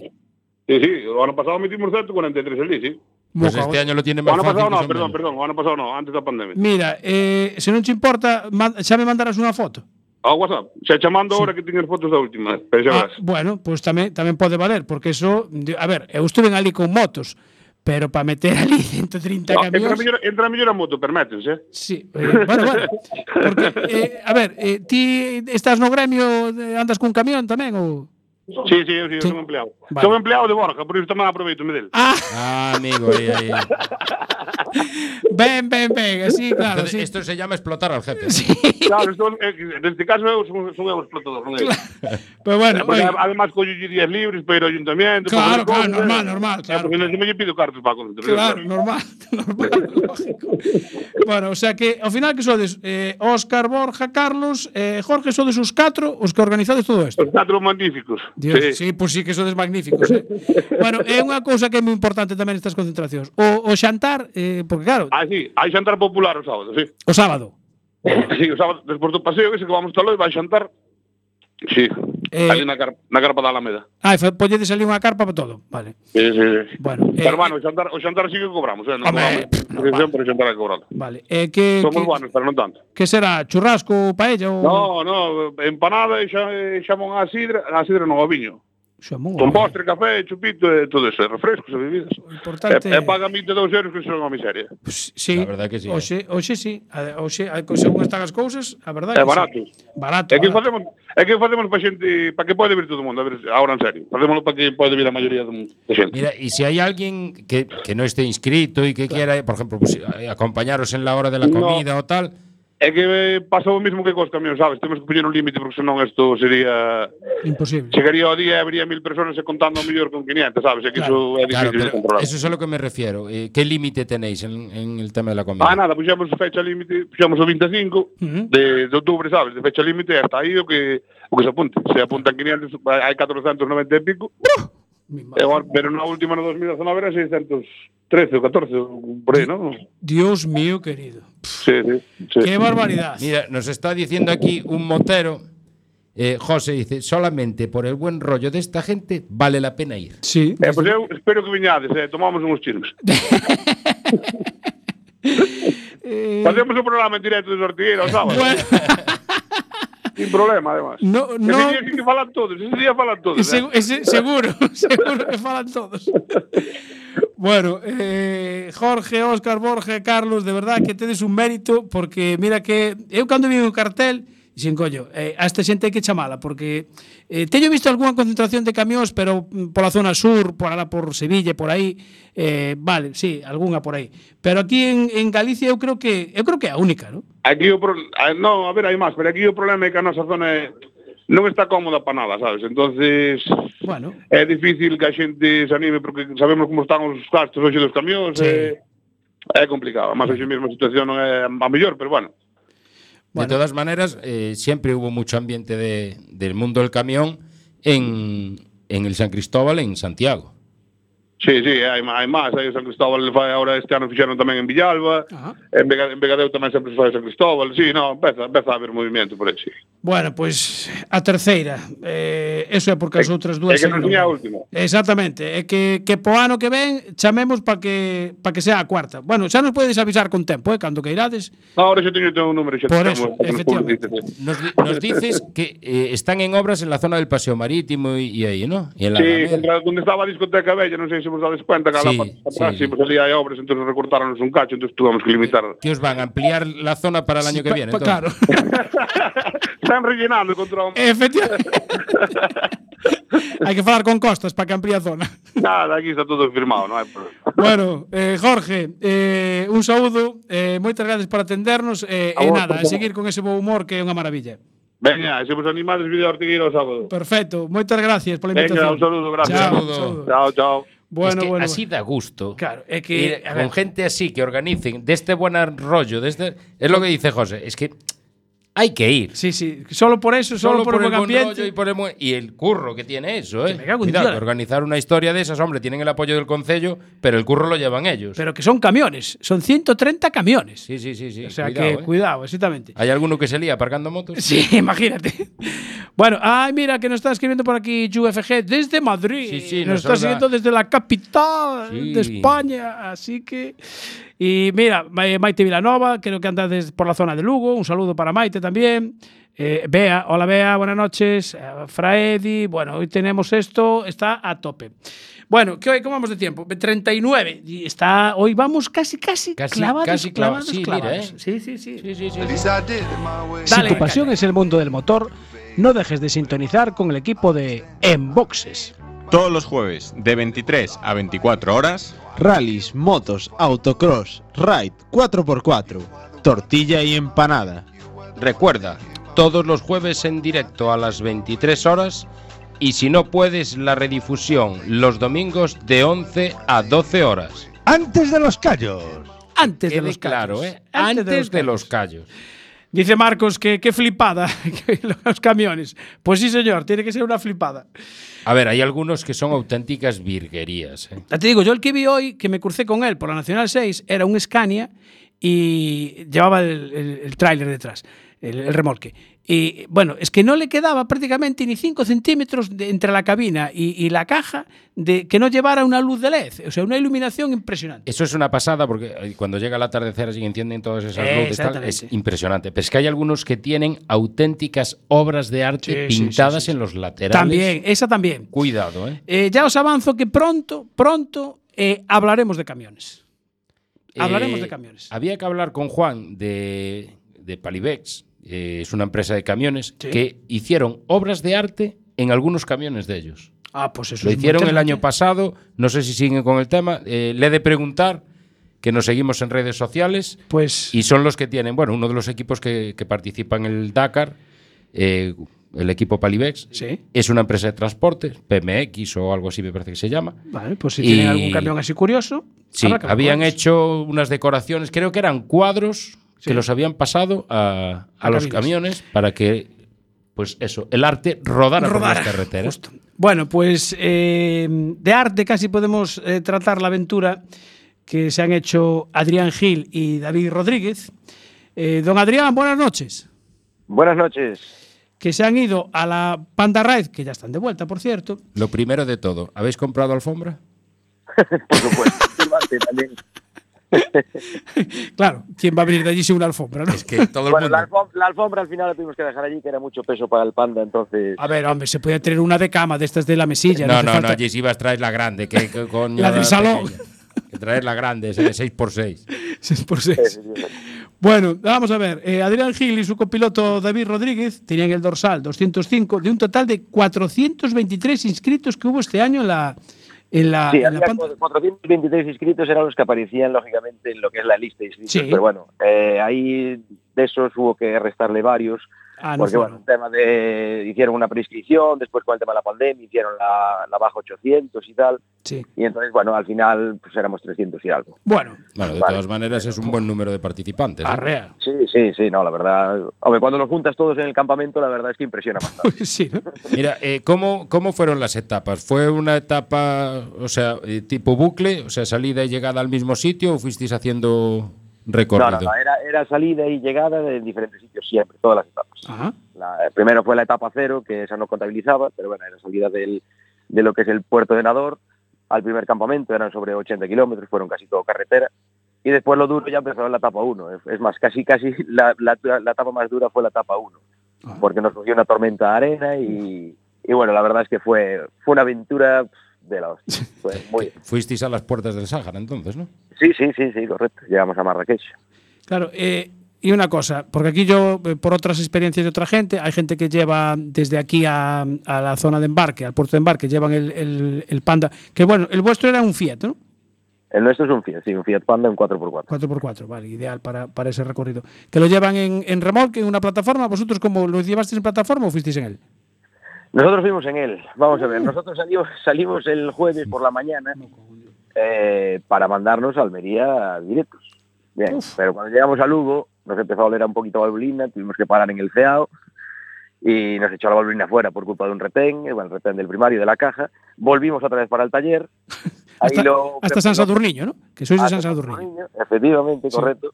[SPEAKER 6] Sí, sí, o ano pasado metimos 143 ali, sí.
[SPEAKER 2] Mo
[SPEAKER 3] Pues
[SPEAKER 2] cago-
[SPEAKER 3] este año lo tiene
[SPEAKER 6] O
[SPEAKER 3] más
[SPEAKER 6] ano
[SPEAKER 3] fácil.
[SPEAKER 6] pasado
[SPEAKER 3] que
[SPEAKER 6] non,
[SPEAKER 3] son
[SPEAKER 6] perdón,
[SPEAKER 3] menos.
[SPEAKER 6] perdón, o ano pasado non, antes da pandemia.
[SPEAKER 2] Mira, eh, se non te importa, man- xa me mandarás unha foto.
[SPEAKER 6] Ao WhatsApp, xa chamando agora que tiñas fotos da última, pero xa
[SPEAKER 2] Ah,
[SPEAKER 6] verás.
[SPEAKER 2] bueno, pues tamén tamén pode valer, porque eso, di- a ver, eu estuve ali con motos, pero para meter ali 130
[SPEAKER 6] Ah, Entra a
[SPEAKER 2] camións.
[SPEAKER 6] mellor, entra a mellor a moto, permétense. eh?
[SPEAKER 2] Sí, eh, bueno, bueno. Porque eh, a ver, eh, ti estás no gremio, de- andas cun camión tamén ou
[SPEAKER 6] Sí, sí, eu, sí, eu son empleado.
[SPEAKER 2] Vale.
[SPEAKER 6] Son empleado de Borja, por iso tamén aproveito-me del.
[SPEAKER 2] Ah,
[SPEAKER 3] Ah, amigo, ahí, ahí.
[SPEAKER 2] ben, ben, ben, sí, claro,
[SPEAKER 3] Entonces,
[SPEAKER 2] sí.
[SPEAKER 3] Esto se llama explotar al jefe.
[SPEAKER 6] Claro, son, eh, neste caso eu son, son eu explotador, non é?
[SPEAKER 2] Pero bueno,
[SPEAKER 6] Porque,
[SPEAKER 2] ben.
[SPEAKER 6] además coño días libres para ir ao ayuntamiento.
[SPEAKER 2] Claro,
[SPEAKER 6] para hacer
[SPEAKER 2] claro, normal, normal,
[SPEAKER 6] Eh,
[SPEAKER 2] claro,
[SPEAKER 6] Porque
[SPEAKER 2] claro.
[SPEAKER 6] non se me lle pido cartas para contra.
[SPEAKER 2] Claro, normal, normal, lógico. Bueno, o sea que ao final que sodes eh, Óscar, Borja, Carlos, eh, Jorge, sodes os catro os que organizades todo isto.
[SPEAKER 6] Os catro magníficos.
[SPEAKER 2] Dios, sí. sí, pois sí que sodes magníficos, eh. Bueno, é unha cousa que é moi importante tamén estas concentracións. O, o xantar, eh, porque claro,
[SPEAKER 6] Ah, sí, hai xantar popular o sábado, sí.
[SPEAKER 2] o sábado.
[SPEAKER 6] Sí, o sábado, despois do paseo ese que vamos tal hoy, vai xantar. Sí,
[SPEAKER 2] Eh,
[SPEAKER 6] ali na, car na carpa da Alameda.
[SPEAKER 2] Ah, e polledes ali unha carpa para todo. Vale.
[SPEAKER 6] Sí, sí, sí.
[SPEAKER 2] Bueno, eh,
[SPEAKER 6] Pero, bueno, o xantar, o xantar sí que cobramos, eh? Non
[SPEAKER 2] Home,
[SPEAKER 6] cobramos.
[SPEAKER 2] pff,
[SPEAKER 6] Porque sempre o xantar é cobrado.
[SPEAKER 2] Vale. Eh, que,
[SPEAKER 6] Somos
[SPEAKER 2] que,
[SPEAKER 6] buenos, pero non tanto.
[SPEAKER 2] que será? Churrasco, paella ou...
[SPEAKER 6] No, no, empanada e xa, e xamón á sidra, á sidra non ao viño.
[SPEAKER 2] Xamón,
[SPEAKER 6] Con
[SPEAKER 2] vale.
[SPEAKER 6] postre, café, chupito e todo eso, e refrescos e bebidas.
[SPEAKER 2] O importante-
[SPEAKER 6] E, e pagan 22 euros que son unha miseria.
[SPEAKER 2] Pues, sí.
[SPEAKER 3] La verdad que sí, eh.
[SPEAKER 2] Oxe, oxe sí. A- Oxe, a- según están as cousas, a verdade
[SPEAKER 6] É
[SPEAKER 2] que sí.
[SPEAKER 6] barato.
[SPEAKER 2] Barato.
[SPEAKER 6] É que
[SPEAKER 2] barato.
[SPEAKER 6] facemos, é que facemos para xente, para que pode vir todo o mundo, a ver, agora en serio. Facémoslo para que pode vir a maioría do mundo, de xente.
[SPEAKER 3] Mira, y si hay alguien que, que no esté inscrito y que quiera, por ejemplo, pues, eh, acompañaros en la hora de la
[SPEAKER 6] No.
[SPEAKER 3] comida o tal,
[SPEAKER 6] É que eh, pasa o mismo que cos camións, sabes? Temos que poñer un límite porque senón isto sería
[SPEAKER 2] Imposible.
[SPEAKER 6] chegaría ao día e habría mil personas e contando ao mellor con 500, sabes? É que iso é
[SPEAKER 3] claro,
[SPEAKER 6] difícil de
[SPEAKER 3] pero
[SPEAKER 6] controlar.
[SPEAKER 3] eso es a lo que me refiero. Eh, ¿Qué límite tenéis en, en el tema de la comida?
[SPEAKER 6] Ah, nada, puxamos fecha límite, puxamos o 25
[SPEAKER 2] Ujú.
[SPEAKER 6] de, de outubro, sabes, de fecha límite hasta aí o que o que se apunte. Se apuntan 500, hai 490 e pico,
[SPEAKER 2] Mi
[SPEAKER 6] e
[SPEAKER 2] madre.
[SPEAKER 6] agora, pero na última no 2019 era 613 ou 14, ou por aí, non?
[SPEAKER 2] Dios mío querido.
[SPEAKER 6] Sí, sí, sí.
[SPEAKER 2] Qué barbaridad.
[SPEAKER 3] Mira, nos está diciendo aquí un motero. eh, José dice, solamente por el buen rollo de esta gente vale la pena ir.
[SPEAKER 2] Sí.
[SPEAKER 6] Eh, pois eu espero que viñades, eh, tomamos uns chismes. Facemos o programa en directo de Ortigueira o sábado.
[SPEAKER 2] Bueno,
[SPEAKER 6] Sin problema, además.
[SPEAKER 2] No, no.
[SPEAKER 6] Ese día sí que falan todos, ese día falan todos. eh.
[SPEAKER 2] segu- ese- seguro, seguro que falan todos. Bueno, eh, Jorge, Óscar, Borja, Carlos, de verdad que tedes un mérito porque mira que eu cando vi o cartel Sin coño, eh, a esta xente hai que chamala porque eh, teño visto algunha concentración de camións pero mm, pola zona sur, por alá por Sevilla, por aí, eh, vale, sí, algunha por aí. Pero aquí en, en Galicia eu creo que eu creo que é a única, ¿no?
[SPEAKER 6] Aquí o pro... ah, no, a ver, hai máis, pero aquí o problema é que a nosa zona é... non está cómoda para nada, sabes? Entonces
[SPEAKER 2] Bueno,
[SPEAKER 6] é difícil que a xente se anime porque sabemos como están os gastos hoxe dos camións,
[SPEAKER 2] Sí.
[SPEAKER 6] sí. é, é complicado. Mas hoxe mesmo a situación non é a mellor, pero bueno.
[SPEAKER 2] Bueno.
[SPEAKER 3] De todas maneras, eh, siempre hubo mucho ambiente de- del mundo del camión en, en el San Cristóbal, en Santiago.
[SPEAKER 6] Sí, sí, hai, má- hai máis, hai o San Cristóbal fai agora este ano fixeron tamén en Villalba,
[SPEAKER 2] Ajá.
[SPEAKER 6] en, Vega, en Vegadeu tamén sempre se fai o San Cristóbal, sí, no, empeza, empeza a haber movimento por aí, sí.
[SPEAKER 2] Bueno, pois a terceira, eh, eso é porque as
[SPEAKER 6] É-
[SPEAKER 2] outras dúas
[SPEAKER 6] é que non
[SPEAKER 2] saíron
[SPEAKER 6] tiña a
[SPEAKER 2] mal.
[SPEAKER 6] última.
[SPEAKER 2] Exactamente, é que que po ano que ven chamemos para que para que sea a cuarta. Bueno, xa nos podedes avisar con tempo, eh, cando que irades.
[SPEAKER 6] No, ahora xa teño o teu número, xa
[SPEAKER 2] Por
[SPEAKER 6] te
[SPEAKER 2] eso,
[SPEAKER 6] chamo, xa nos
[SPEAKER 2] efectivamente.
[SPEAKER 6] publicitas, sí.
[SPEAKER 3] Nos, di- nos dices que eh, están en obras en la zona del Paseo Marítimo y, y ahí, ¿no? Y en la
[SPEAKER 6] Sí,
[SPEAKER 3] Alameda.
[SPEAKER 6] contra donde estaba a discoteca bella, non sei se vos dades cuenta que
[SPEAKER 3] Sí,
[SPEAKER 6] sí, atrás,
[SPEAKER 3] sí.
[SPEAKER 6] sí. pues ali hai obras, entón recortaronos un cacho, entón tuvamos que limitar.
[SPEAKER 3] ¿Qué os van a ampliar la zona para el año que
[SPEAKER 2] Pa-
[SPEAKER 3] viene?
[SPEAKER 2] pa-
[SPEAKER 3] entonces?
[SPEAKER 2] claro.
[SPEAKER 6] Están rellenando contra un...
[SPEAKER 2] Eh, Efectivamente. Hai que falar con Costas para que amplíe a zona.
[SPEAKER 6] Nada, aquí está todo firmado, non hai problema.
[SPEAKER 2] Bueno, eh, Jorge, eh, un saúdo, eh, moitas gracias por atendernos eh,
[SPEAKER 6] A
[SPEAKER 2] e
[SPEAKER 6] vos,
[SPEAKER 2] nada,
[SPEAKER 6] por
[SPEAKER 2] a
[SPEAKER 6] favor.
[SPEAKER 2] seguir con ese bo humor que é unha maravilla.
[SPEAKER 6] Veña, se vos animades, vídeo Ortigueira o sábado.
[SPEAKER 2] Perfecto, moitas gracias pola invitación.
[SPEAKER 6] Veña, un saludo, gracias.
[SPEAKER 2] Chao,
[SPEAKER 3] Un
[SPEAKER 2] un
[SPEAKER 3] saludo.
[SPEAKER 2] saludo.
[SPEAKER 6] Chao, chao.
[SPEAKER 2] Bueno,
[SPEAKER 3] es que
[SPEAKER 2] bueno.
[SPEAKER 3] así da gusto.
[SPEAKER 2] Claro, es que,
[SPEAKER 3] Ir
[SPEAKER 2] a
[SPEAKER 3] con
[SPEAKER 2] ver.
[SPEAKER 3] gente así que organicen de este buen rollo, de este- es lo que dice José, es que hay que ir.
[SPEAKER 2] Sí, sí, solo por eso, solo, por, el buen ambiente.
[SPEAKER 3] y por el buen- y el curro que tiene eso, eh.
[SPEAKER 2] me cago en
[SPEAKER 3] Cuidado,
[SPEAKER 2] Dios.
[SPEAKER 3] que organizar una historia de esas, hombre, tienen el apoyo del concello, pero el curro lo llevan ellos.
[SPEAKER 2] Pero que son camiones, son 130 camiones.
[SPEAKER 3] sí, sí, sí, sí.
[SPEAKER 2] o sea
[SPEAKER 3] cuidado,
[SPEAKER 2] que,
[SPEAKER 3] eh.
[SPEAKER 2] cuidado, exactamente.
[SPEAKER 3] Hay alguno que se lía aparcando motos.
[SPEAKER 2] Sí, imagínate. Bueno, ay, mira, que nos está escribiendo por aquí UFG desde Madrid.
[SPEAKER 3] Sí, sí,
[SPEAKER 2] nos,
[SPEAKER 3] nos
[SPEAKER 2] está
[SPEAKER 3] habla-
[SPEAKER 2] siguiendo desde la capital
[SPEAKER 3] Sí.
[SPEAKER 2] de España. Así que. Y mira, Ma- eh, Maite Vilanova, creo que anda des- por la zona de Lugo. Un saludo para Maite también. Eh, Bea, hola Bea, buenas noches. Eh, Fraedi, bueno, hoy tenemos esto, está a tope. Bueno, ¿qué hoy? ¿Cómo vamos de tiempo? 39. Y está, hoy vamos casi, casi,
[SPEAKER 3] Casi-
[SPEAKER 2] clavados,
[SPEAKER 3] casi clava-
[SPEAKER 2] clavados,
[SPEAKER 3] sí, mira,
[SPEAKER 2] clavados.
[SPEAKER 3] eh.
[SPEAKER 2] Sí, sí, sí.
[SPEAKER 3] Sí, sí, sí.
[SPEAKER 1] At least I did it my way.
[SPEAKER 2] Dale,
[SPEAKER 10] si tu pasión es el mundo del motor,
[SPEAKER 11] no dejes de sintonizar con el equipo de En Boxes.
[SPEAKER 12] Todos los jueves, de 23 a 24 horas,
[SPEAKER 5] Rallys, motos, autocross, ride, 4x4, tortilla y empanada.
[SPEAKER 3] Recuerda, todos los jueves en directo a las 23 horas y si no puedes, la redifusión los domingos de 11 a 12 horas.
[SPEAKER 13] Antes de los callos.
[SPEAKER 2] Antes de
[SPEAKER 3] Quede
[SPEAKER 2] los
[SPEAKER 3] claro,
[SPEAKER 2] callos.
[SPEAKER 3] ¿eh? Antes, de los callos.
[SPEAKER 2] Dice Marcos que qué flipada que los camiones. Pues sí, señor, tiene que ser una flipada.
[SPEAKER 3] A ver, hay algunos que son auténticas virguerías. ¿eh?
[SPEAKER 2] Ya te digo, yo el que vi hoy, que me crucé con él por la Nacional 6, era un Scania y llevaba el, el- el tráiler detrás, el, el remolque. Y bueno, es que no le quedaba prácticamente ni 5 centímetros de- entre la cabina y, y la caja de que no llevara una luz de LED, o sea, una iluminación impresionante.
[SPEAKER 3] Eso es una pasada porque eh, cuando llega el atardecer y encienden todas esas
[SPEAKER 2] Eh,
[SPEAKER 3] luces, tal, es
[SPEAKER 2] exactamente.
[SPEAKER 3] impresionante. Pero es que hay algunos que tienen auténticas obras de arte
[SPEAKER 2] Sí, sí, sí,
[SPEAKER 3] pintadas en los laterales.
[SPEAKER 2] También, esa también.
[SPEAKER 3] Cuidado, ¿eh?
[SPEAKER 2] Eh, ya os avanzo que pronto, pronto eh, hablaremos de camiones. Hablaremos
[SPEAKER 3] Eh,
[SPEAKER 2] de camiones.
[SPEAKER 3] Había que hablar con Juan de, de Palibex, eh, es una empresa de camiones,
[SPEAKER 2] Sí.
[SPEAKER 3] que hicieron obras de arte en algunos camiones de ellos.
[SPEAKER 2] Ah, pues eso
[SPEAKER 3] Lo
[SPEAKER 2] es muy
[SPEAKER 3] hicieron el
[SPEAKER 2] interesante.
[SPEAKER 3] año pasado, no sé si siguen con el tema. eh, le he de preguntar que nos seguimos en redes sociales.
[SPEAKER 2] Pues.
[SPEAKER 3] Y son los que tienen, bueno, uno de los equipos que, que participan en el Dakar, eh, el equipo Palibex,
[SPEAKER 2] Sí.
[SPEAKER 3] es una empresa de transporte, PMX o algo así me parece que se llama.
[SPEAKER 2] Vale, pues si
[SPEAKER 3] Y-
[SPEAKER 2] tienen algún camión así curioso.
[SPEAKER 3] Sí,
[SPEAKER 2] habrá que hablar
[SPEAKER 3] habían
[SPEAKER 2] con ellos.
[SPEAKER 3] hecho unas decoraciones, creo que eran cuadros
[SPEAKER 2] Sí.
[SPEAKER 3] que los habían pasado a, a
[SPEAKER 2] A
[SPEAKER 3] los
[SPEAKER 2] cabinas.
[SPEAKER 3] camiones para que, pues eso, el arte rodara,
[SPEAKER 2] Rodara,
[SPEAKER 3] por las carreteras.
[SPEAKER 2] Bueno, pues eh, de arte casi podemos eh, tratar la aventura que se han hecho Adrián Gil y David Rodríguez. Eh, don Adrián, buenas noches.
[SPEAKER 9] Buenas noches.
[SPEAKER 2] Que se han ido a la Panda Raid, que ya están de vuelta, por cierto.
[SPEAKER 3] Lo primero de todo, ¿habéis comprado alfombra?
[SPEAKER 2] Claro, ¿quién va a venir de allí sin una alfombra? no?
[SPEAKER 3] Que todo el
[SPEAKER 9] Bueno,
[SPEAKER 3] mundo.
[SPEAKER 9] la, alfom- la alfombra al final la tuvimos que dejar allí, que era mucho peso para el panda, entonces...
[SPEAKER 2] A ver, hombre, se podía tener una de cama, de estas de la mesilla.
[SPEAKER 3] No,
[SPEAKER 2] hace
[SPEAKER 3] no, no,
[SPEAKER 2] falta.
[SPEAKER 3] allí si vas traes la grande, que, que coño,
[SPEAKER 2] La del salón.
[SPEAKER 3] pequeña. Que traes la grande, esa de 6x6.
[SPEAKER 2] Seis por seis. Bueno, vamos a ver. eh, Adrián Gil y su copiloto David Rodríguez tenían el dorsal 205 de un total de 423 inscritos que hubo este año en la, en la,
[SPEAKER 9] Sí,
[SPEAKER 2] en Ah, la
[SPEAKER 9] había
[SPEAKER 2] pan-
[SPEAKER 9] 423 inscritos, eran los que aparecían lógicamente en lo que es la lista de inscritos,
[SPEAKER 2] Sí.
[SPEAKER 9] pero bueno, eh, ahí de esos hubo que restarle varios,
[SPEAKER 2] Ah, no
[SPEAKER 9] porque
[SPEAKER 2] fueron.
[SPEAKER 9] bueno, el tema de, hicieron una prescripción, después con el tema de la pandemia hicieron la, la baja 800 y tal,
[SPEAKER 2] Sí.
[SPEAKER 9] y entonces bueno, al final pues éramos 300 y algo.
[SPEAKER 2] Bueno,
[SPEAKER 3] Bueno, de
[SPEAKER 9] Vale.
[SPEAKER 3] todas maneras es un buen número de participantes. ¿eh?
[SPEAKER 2] arrea.
[SPEAKER 9] Sí, sí, sí, no, la verdad, hombre, cuando los juntas todos en el campamento, la verdad es que impresiona bastante.
[SPEAKER 2] Pues sí, ¿no?
[SPEAKER 3] Mira, eh, ¿cómo, ¿cómo fueron las etapas? ¿Fue una etapa, o sea, eh, tipo bucle, o sea, salida y llegada al mismo sitio o fuisteis haciendo recorrido?
[SPEAKER 9] No, eh, no, no, era, era salida y llegada de diferentes sitios siempre, todas las etapas.
[SPEAKER 2] Ajá.
[SPEAKER 9] La- eh, primero fue la etapa cero, que esa no contabilizaba, pero bueno, era salida del, de lo que es el puerto de Nador al primer campamento, eran sobre 80 kilómetros, fueron casi todo carretera. Y después lo duro ya empezó la etapa 1. Es, es más, casi casi la, la, la etapa más dura fue la etapa 1,
[SPEAKER 2] Ajá.
[SPEAKER 9] porque nos cogió una tormenta de arena y, y bueno, la verdad es que fue, fue una aventura pf, de la hostia. Fue muy-
[SPEAKER 3] Fuisteis a las puertas del Sáhara entonces, ¿no?
[SPEAKER 9] Sí, sí, sí, sí, correcto. Llegamos a Marrakech.
[SPEAKER 2] Claro, eh, y una cosa, porque aquí yo, eh, por otras experiencias de otra gente, hay gente que lleva desde aquí a, a la zona de embarque, al puerto de embarque, llevan el, el- el Panda. Que bueno, el vuestro era un Fiat, ¿no?
[SPEAKER 9] El nuestro es un Fiat, sí, un Fiat Panda en 4x4.
[SPEAKER 2] 4x4, vale, ideal para, para ese recorrido. ¿Que lo llevan en, en remolque, en una plataforma? ¿Vosotros como lo llevasteis en plataforma o fuisteis en él?
[SPEAKER 9] Nosotros fuimos en él. Vamos a ver,
[SPEAKER 2] Mm.
[SPEAKER 9] nosotros salimos, salimos el jueves por la mañana eh, para mandarnos a Almería directos. Bien,
[SPEAKER 2] Uf.
[SPEAKER 9] pero cuando llegamos a Lugo nos empezó a oler a un poquito a valvulina, tuvimos que parar en el CEAO y nos echó la valvulina fuera por culpa de un retén, eh, bueno, el retén del primario de la caja. Volvimos otra vez para el taller. Ahí
[SPEAKER 2] Hasta,
[SPEAKER 9] lo-
[SPEAKER 2] hasta San Sadurniño, ¿no? Que sois de
[SPEAKER 9] hasta
[SPEAKER 2] San Sadurniño.
[SPEAKER 9] Efectivamente,
[SPEAKER 2] Sí.
[SPEAKER 9] correcto.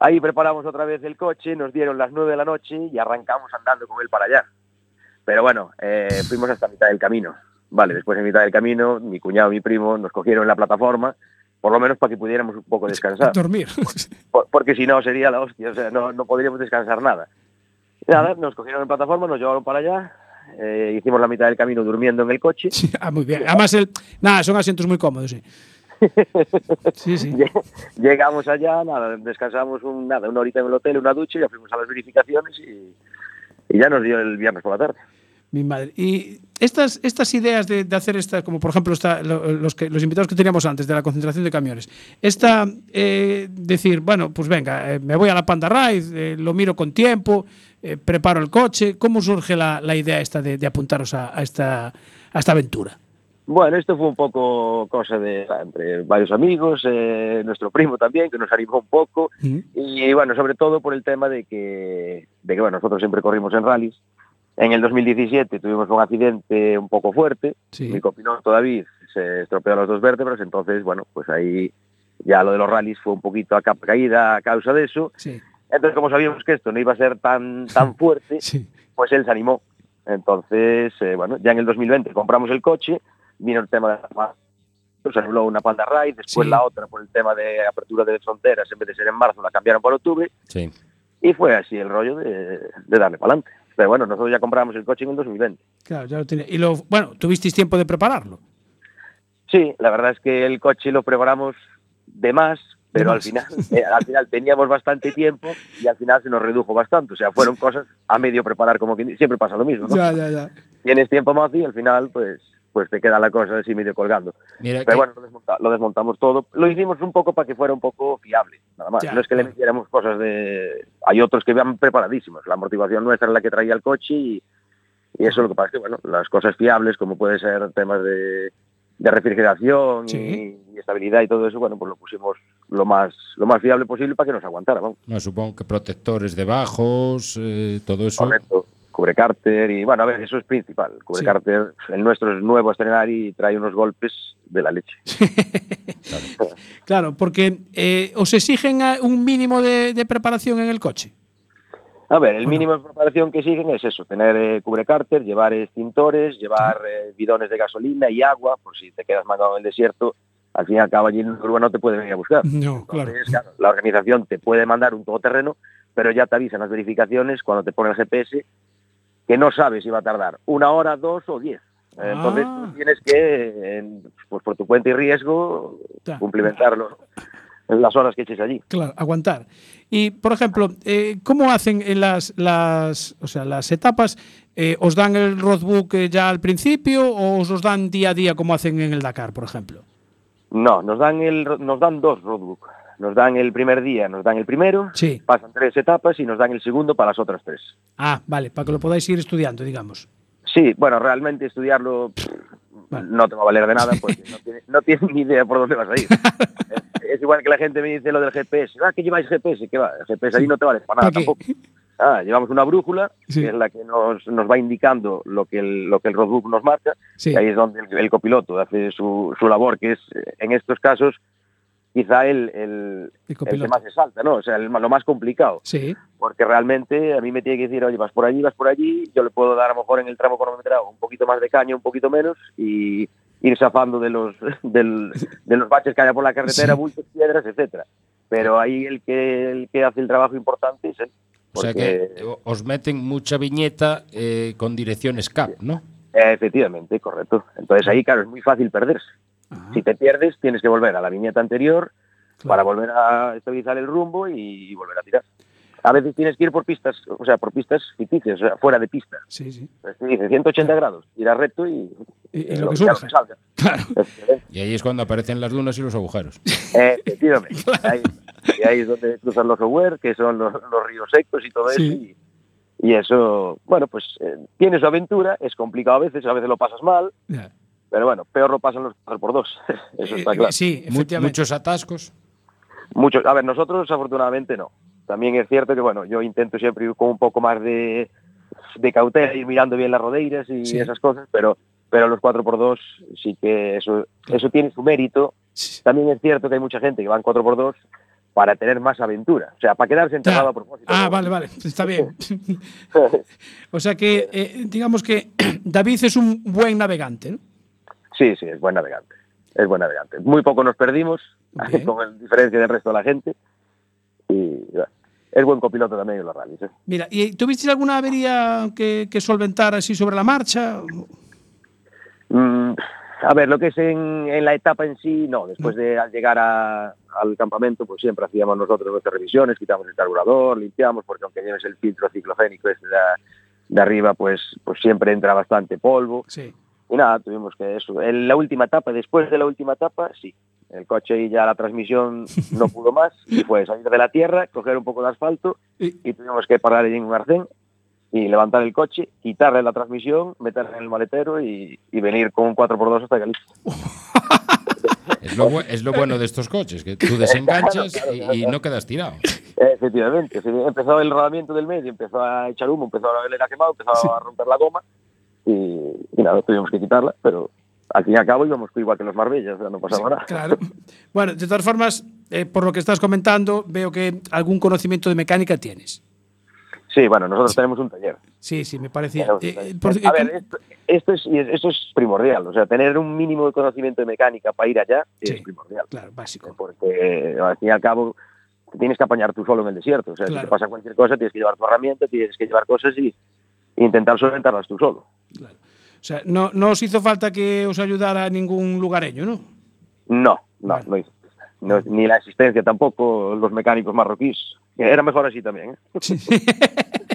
[SPEAKER 9] Ahí preparamos otra vez el coche, nos dieron las 9 de la noche y arrancamos andando con él para allá. Pero bueno, eh, fuimos hasta mitad del camino. Vale, después en mitad del camino, mi cuñado y mi primo nos cogieron en la plataforma, por lo menos para que pudiéramos un poco descansar,
[SPEAKER 2] Dormir.
[SPEAKER 9] por- porque si no sería la hostia, o sea, no, no podríamos descansar nada. Y Nada, nos cogieron en plataforma, nos llevaron para allá, eh, hicimos la mitad del camino durmiendo en el coche
[SPEAKER 2] Sí, ah, muy bien. Además, el, nada, son asientos muy cómodos, sí. Sí, sí.
[SPEAKER 9] Lle- Llegamos allá, nada, descansamos un, nada, una horita en el hotel, una ducha, ya fuimos a las verificaciones y, y ya nos dio el viernes por la tarde.
[SPEAKER 2] Mi madre. Y estas, estas ideas de, de hacer estas, como por ejemplo esta- lo- los, que, los invitados que teníamos antes de la concentración de camiones, esta, eh, decir, bueno, pues venga, eh, me voy a la Panda Ride, eh, lo miro con tiempo, eh, preparo el coche, ¿cómo surge la, la idea esta de, de apuntaros a, a esta, a esta aventura?
[SPEAKER 9] Bueno, esto fue un poco cosa de entre varios amigos, eh, nuestro primo también, que nos animó un poco.
[SPEAKER 2] Mm-hmm.
[SPEAKER 9] Y bueno, sobre todo por el tema de que, de que bueno, nosotros siempre corrimos en rallies. En el 2017 tuvimos un accidente un poco fuerte. Mi copiloto David se estropeó las dos vértebras, entonces, bueno, pues ahí ya lo de los rallies fue un poquito a capa caída a causa de eso.
[SPEAKER 2] Sí.
[SPEAKER 9] Entonces, como sabíamos que esto no iba a ser tan, tan fuerte, pues él se animó. Entonces, eh, bueno, ya en el 2020 compramos el coche, vino el tema de la se anuló una Panda Ride, después
[SPEAKER 14] Sí.
[SPEAKER 9] la otra por el tema de apertura de fronteras, en vez de ser en marzo la cambiaron para octubre,
[SPEAKER 3] Sí.
[SPEAKER 9] y fue así el rollo de, de darle para adelante. Pero bueno, nosotros ya compramos el coche en el 2020.
[SPEAKER 2] Claro, ya lo tenía. Y lo, bueno, tuvisteis tiempo de prepararlo.
[SPEAKER 9] Sí, la verdad es que el coche lo preparamos de más, pero al final, eh, al final teníamos bastante tiempo y al final se nos redujo bastante. O sea, fueron cosas a medio preparar, como que siempre pasa lo mismo. ¿no?
[SPEAKER 2] Ya, ya, ya.
[SPEAKER 9] Tienes tiempo más y al final, pues, pues te queda la cosa así medio colgando.
[SPEAKER 3] Mira
[SPEAKER 9] pero
[SPEAKER 3] que-
[SPEAKER 9] bueno, lo, desmonta- lo desmontamos todo. Lo hicimos un poco para que fuera un poco fiable, nada más.
[SPEAKER 3] Ya,
[SPEAKER 9] no es que le metiéramos cosas de... Hay otros que van preparadísimos. La amortiguación nuestra es la que traía el coche y, y eso lo que pasa es que, bueno, las cosas fiables, como puede ser temas de, de refrigeración y- y, estabilidad y todo eso, bueno, pues lo pusimos lo más, lo más fiable posible para que nos aguantara, vamos.
[SPEAKER 3] No, supongo que protectores de bajos, eh, todo eso.
[SPEAKER 9] Correcto. Cubre cárter y, bueno, a ver, eso es principal. Cubre cárter, el nuestro es nuevo a estrenar y trae unos golpes de la leche.
[SPEAKER 2] Claro, porque eh, os exigen eh, un mínimo de, de preparación en el coche.
[SPEAKER 9] A ver, el mínimo de preparación que exigen es eso, tener eh, cubrecárter, llevar extintores, llevar eh, bidones de gasolina y agua, por si te quedas mandado en el desierto, al fin y al cabo allí en Uruguay no te pueden venir a buscar.
[SPEAKER 2] No, claro.
[SPEAKER 9] La organización te puede mandar un todoterreno, pero ya te avisan las verificaciones cuando te pone el GPS que no sabes si va a tardar una hora, dos o diez. Eh, Entonces
[SPEAKER 2] Ah.
[SPEAKER 9] tú tienes que, en- pues por tu cuenta y riesgo,
[SPEAKER 2] Ya.
[SPEAKER 9] cumplimentar los- las horas que eches allí.
[SPEAKER 2] Claro, aguantar. Y, por ejemplo, eh, ¿cómo hacen en las, las, o sea, las etapas? Eh, ¿Os dan el roadbook eh, ya al principio o os los dan día a día como hacen en el Dakar, por ejemplo?
[SPEAKER 9] No, nos dan el ro- nos dan dos roadbook. Nos dan el primer día, nos dan el primero,
[SPEAKER 2] Sí.
[SPEAKER 9] pasan tres etapas y nos dan el segundo para las otras tres.
[SPEAKER 2] Ah, vale, para que lo podáis ir estudiando, digamos.
[SPEAKER 9] Sí, bueno, realmente estudiarlo pff, no te va a valer de nada porque no tienes no tienes ni idea por dónde vas a ir. es, es igual que la gente me dice lo del GPS. Ah, que lleváis GPS, que va, el GPS ahí no te vale para nada tampoco. Ah, llevamos una brújula, que es la que nos, nos va indicando lo que el, lo que el roadbook nos marca,
[SPEAKER 2] Sí.
[SPEAKER 9] y ahí es donde el, el copiloto hace su, su labor, que es, eh, en estos casos, quizá el, el, el que
[SPEAKER 2] copiloto.
[SPEAKER 9] más se salta, ¿no? O sea, el ma- lo más complicado.
[SPEAKER 2] Sí.
[SPEAKER 9] Porque realmente a mí me tiene que decir, oye, vas por allí, vas por allí, yo le puedo dar a lo mejor en el tramo cronometrado un poquito más de caña, un poquito menos, y ir zafando de los, del- de los baches que haya por la carretera,
[SPEAKER 3] Sí.
[SPEAKER 9] bultos, piedras, etcétera. Pero ahí el que, el que hace el trabajo importante es él.
[SPEAKER 3] O sea que o- os meten mucha viñeta eh, con direcciones CAP, ¿no?
[SPEAKER 9] Efectivamente, correcto. Entonces ahí, claro, es muy fácil perderse.
[SPEAKER 2] Ah,
[SPEAKER 9] Si te pierdes, tienes que volver a la viñeta anterior para volver a estabilizar el rumbo y, volver a tirar. A veces tienes que ir por pistas, o sea, por pistas ficticias, o sea, fuera de pista.
[SPEAKER 2] Sí, sí.
[SPEAKER 9] Pues te dice 180 grados, ir a recto y,
[SPEAKER 2] y
[SPEAKER 9] eh,
[SPEAKER 2] lo que
[SPEAKER 9] ya
[SPEAKER 2] surja.
[SPEAKER 9] salga.
[SPEAKER 3] Y ahí es cuando aparecen las dunas y los agujeros.
[SPEAKER 9] eh, Efectivamente. Ahí- y ahí es donde cruzan los aware, que son los, los ríos secos y todo eso. Y, y eso, bueno, pues eh, tiene su aventura, es complicado a veces, a veces lo pasas mal,
[SPEAKER 2] Ya. Eh,
[SPEAKER 9] pero bueno, peor lo pasan los 4x2, eso está claro.
[SPEAKER 3] Mu- Muchos atascos.
[SPEAKER 9] Muchos. A ver, nosotros afortunadamente no. También es cierto que, bueno, yo intento siempre ir con un poco más de, de cautela, ir mirando bien las rodeiras y
[SPEAKER 2] Sí.
[SPEAKER 9] esas cosas, pero, pero los 4x2 sí que eso, eso tiene su mérito. También es cierto que hay mucha gente que va en 4x2 para tener más aventura, o sea, para quedarse enterrado a propósito.
[SPEAKER 2] Ah, vale, vale, está bien. o sea que, eh, digamos que David es un buen navegante, ¿no?
[SPEAKER 9] Sí, sí, es buen navegante. Es buen navegante. Muy poco nos perdimos, con el- diferencia del resto de la gente. Y bueno, es buen copiloto también en los rallies. ¿eh?
[SPEAKER 2] Mira, ¿y tuvisteis alguna avería que, que solventar así sobre la marcha?
[SPEAKER 9] Mm, a ver, lo que es en, en la etapa en sí, no. Después de al llegar a- al campamento, pues siempre hacíamos nosotros nuestras revisiones, quitamos el carburador, limpiamos, porque aunque lleves el filtro ciclogénico es la, de arriba pues, pues siempre entra bastante polvo.
[SPEAKER 2] Sí.
[SPEAKER 9] Y nada, tuvimos que eso. En la última etapa, después de la última etapa, sí. El coche y ya la transmisión no pudo más. Y fue salir de la tierra, coger un poco de asfalto y tuvimos que parar allí en un arcén y levantar el coche, quitarle la transmisión, meterla en el maletero y, y venir con un 4x2 hasta Galicia.
[SPEAKER 3] Es lo, bu- es lo bueno de estos coches, que tú desenganchas y, y no quedas tirado.
[SPEAKER 9] Efectivamente, sí, empezó el rodamiento del medio, empezó a echar humo, empezó a ver la quemado, empezó a romper la goma y, y nada, tuvimos que quitarla, pero al fin y al cabo íbamos igual que los Marbellas, o sea, no pasaba nada.
[SPEAKER 2] Claro. Bueno, de todas formas, eh, por lo que estás comentando, veo que algún conocimiento de mecánica tienes.
[SPEAKER 9] Sí, bueno, nosotros tenemos un taller.
[SPEAKER 2] Sí, sí, me parecía. eh,
[SPEAKER 9] Tenemos un taller. eh, a ver, esto, esto es, y es- eso es primordial, o sea, tener un mínimo de conocimiento de mecánica para ir allá es primordial.
[SPEAKER 2] Claro, básico.
[SPEAKER 9] Porque al fin y al cabo te tienes que apañar tú solo en el desierto, o sea, si te
[SPEAKER 2] Claro.
[SPEAKER 9] pasa cualquier cosa tienes que llevar tu herramienta, tienes que llevar cosas y e intentar solventarlas tú solo.
[SPEAKER 2] O sea, no, no os hizo falta que os ayudara ningún lugareño, ¿no?
[SPEAKER 9] No, no, no hizo. No, ni la existencia tampoco, los mecánicos marroquíes. Era mejor así también. ¿eh?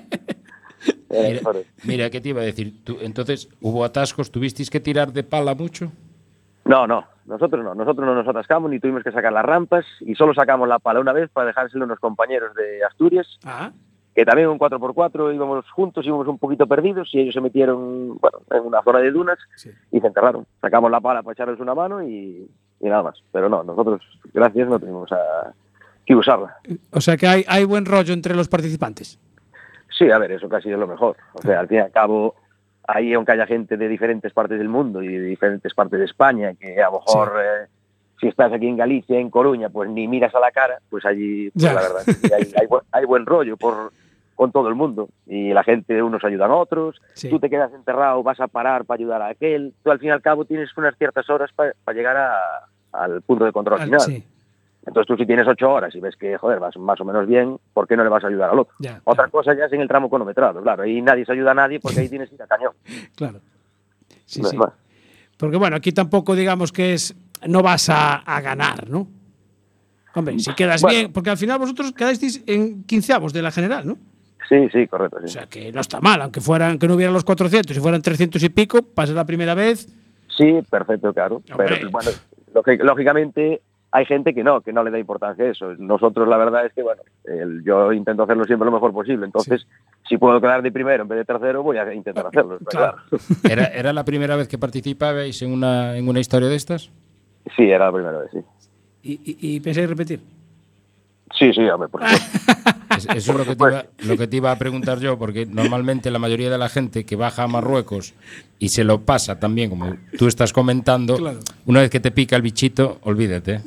[SPEAKER 9] Era
[SPEAKER 3] Mira,
[SPEAKER 9] mejor así.
[SPEAKER 3] mira, ¿qué te iba a decir? Tú, entonces, ¿hubo atascos? ¿Tuvisteis que tirar de pala mucho?
[SPEAKER 9] No, no, nosotros no, nosotros no nos atascamos ni tuvimos que sacar las rampas y solo sacamos la pala una vez para dejárselo a unos compañeros de Asturias,
[SPEAKER 2] Ah.
[SPEAKER 9] que también un 4x4 íbamos juntos, íbamos un poquito perdidos y ellos se metieron bueno, en una zona de dunas y se enterraron. Sacamos la pala para echarles una mano y, y nada más. Pero no, nosotros, gracias, no tuvimos a- que usarla.
[SPEAKER 2] O sea, que hay, hay buen rollo entre los participantes.
[SPEAKER 9] Sí, a ver, eso casi es lo mejor. O sea, al fin y al cabo, ahí aunque haya gente de diferentes partes del mundo y de diferentes partes de España, que a lo mejor eh, si estás aquí en Galicia, en Coruña, pues ni miras a la cara, pues allí, pues,
[SPEAKER 2] Ya.
[SPEAKER 9] la verdad, que hay, hay bu- hay buen rollo por con todo el mundo. Y la gente, unos ayudan a otros,
[SPEAKER 2] Sí.
[SPEAKER 9] tú te quedas enterrado, vas a parar para ayudar a aquel, tú al fin y al cabo tienes unas ciertas horas para llegar a- al punto de control
[SPEAKER 2] Al-
[SPEAKER 9] final.
[SPEAKER 2] sí.
[SPEAKER 9] Entonces tú si tienes ocho horas y ves que, joder, vas más o menos bien, ¿por qué no le vas a ayudar al otro?
[SPEAKER 2] Ya,
[SPEAKER 9] Otra cosa ya es en el tramo cronometrado, claro. Ahí nadie se ayuda a nadie porque ahí tienes que ir a cañón.
[SPEAKER 2] Claro. Sí,
[SPEAKER 9] No es
[SPEAKER 2] sí.
[SPEAKER 9] más.
[SPEAKER 2] Porque bueno, aquí tampoco digamos que es. No vas a, a ganar, ¿no? Hombre, si quedas
[SPEAKER 9] Bueno.
[SPEAKER 2] bien, porque al final vosotros quedasteis en quinceavos de la general, ¿no?
[SPEAKER 9] Sí, sí, correcto. Sí.
[SPEAKER 2] O sea, que no está mal, aunque fueran, que no hubieran los 400, si fueran 300 y pico, pasé la primera vez.
[SPEAKER 9] Sí, perfecto, claro. Pero pues, bueno, lógi- lógicamente hay gente que no, que no le da importancia a eso. Nosotros la verdad es que, bueno, el- yo intento hacerlo siempre lo mejor posible. Entonces, si puedo quedar de primero en vez de tercero, voy a intentar hacerlo. está claro.
[SPEAKER 3] ¿Era, era la primera vez que participabais en una, en una historia de estas?
[SPEAKER 9] Sí, era la primera vez, sí.
[SPEAKER 2] ¿Y, y, y pensáis repetir?
[SPEAKER 9] Sí, sí, hombre, por supuesto.
[SPEAKER 3] Es- Eso es lo que, te iba, lo que te iba a preguntar yo, porque normalmente la mayoría de la gente que baja a Marruecos y se lo pasa también, como tú estás comentando,
[SPEAKER 9] Claro.
[SPEAKER 3] una vez que te pica el bichito, olvídate.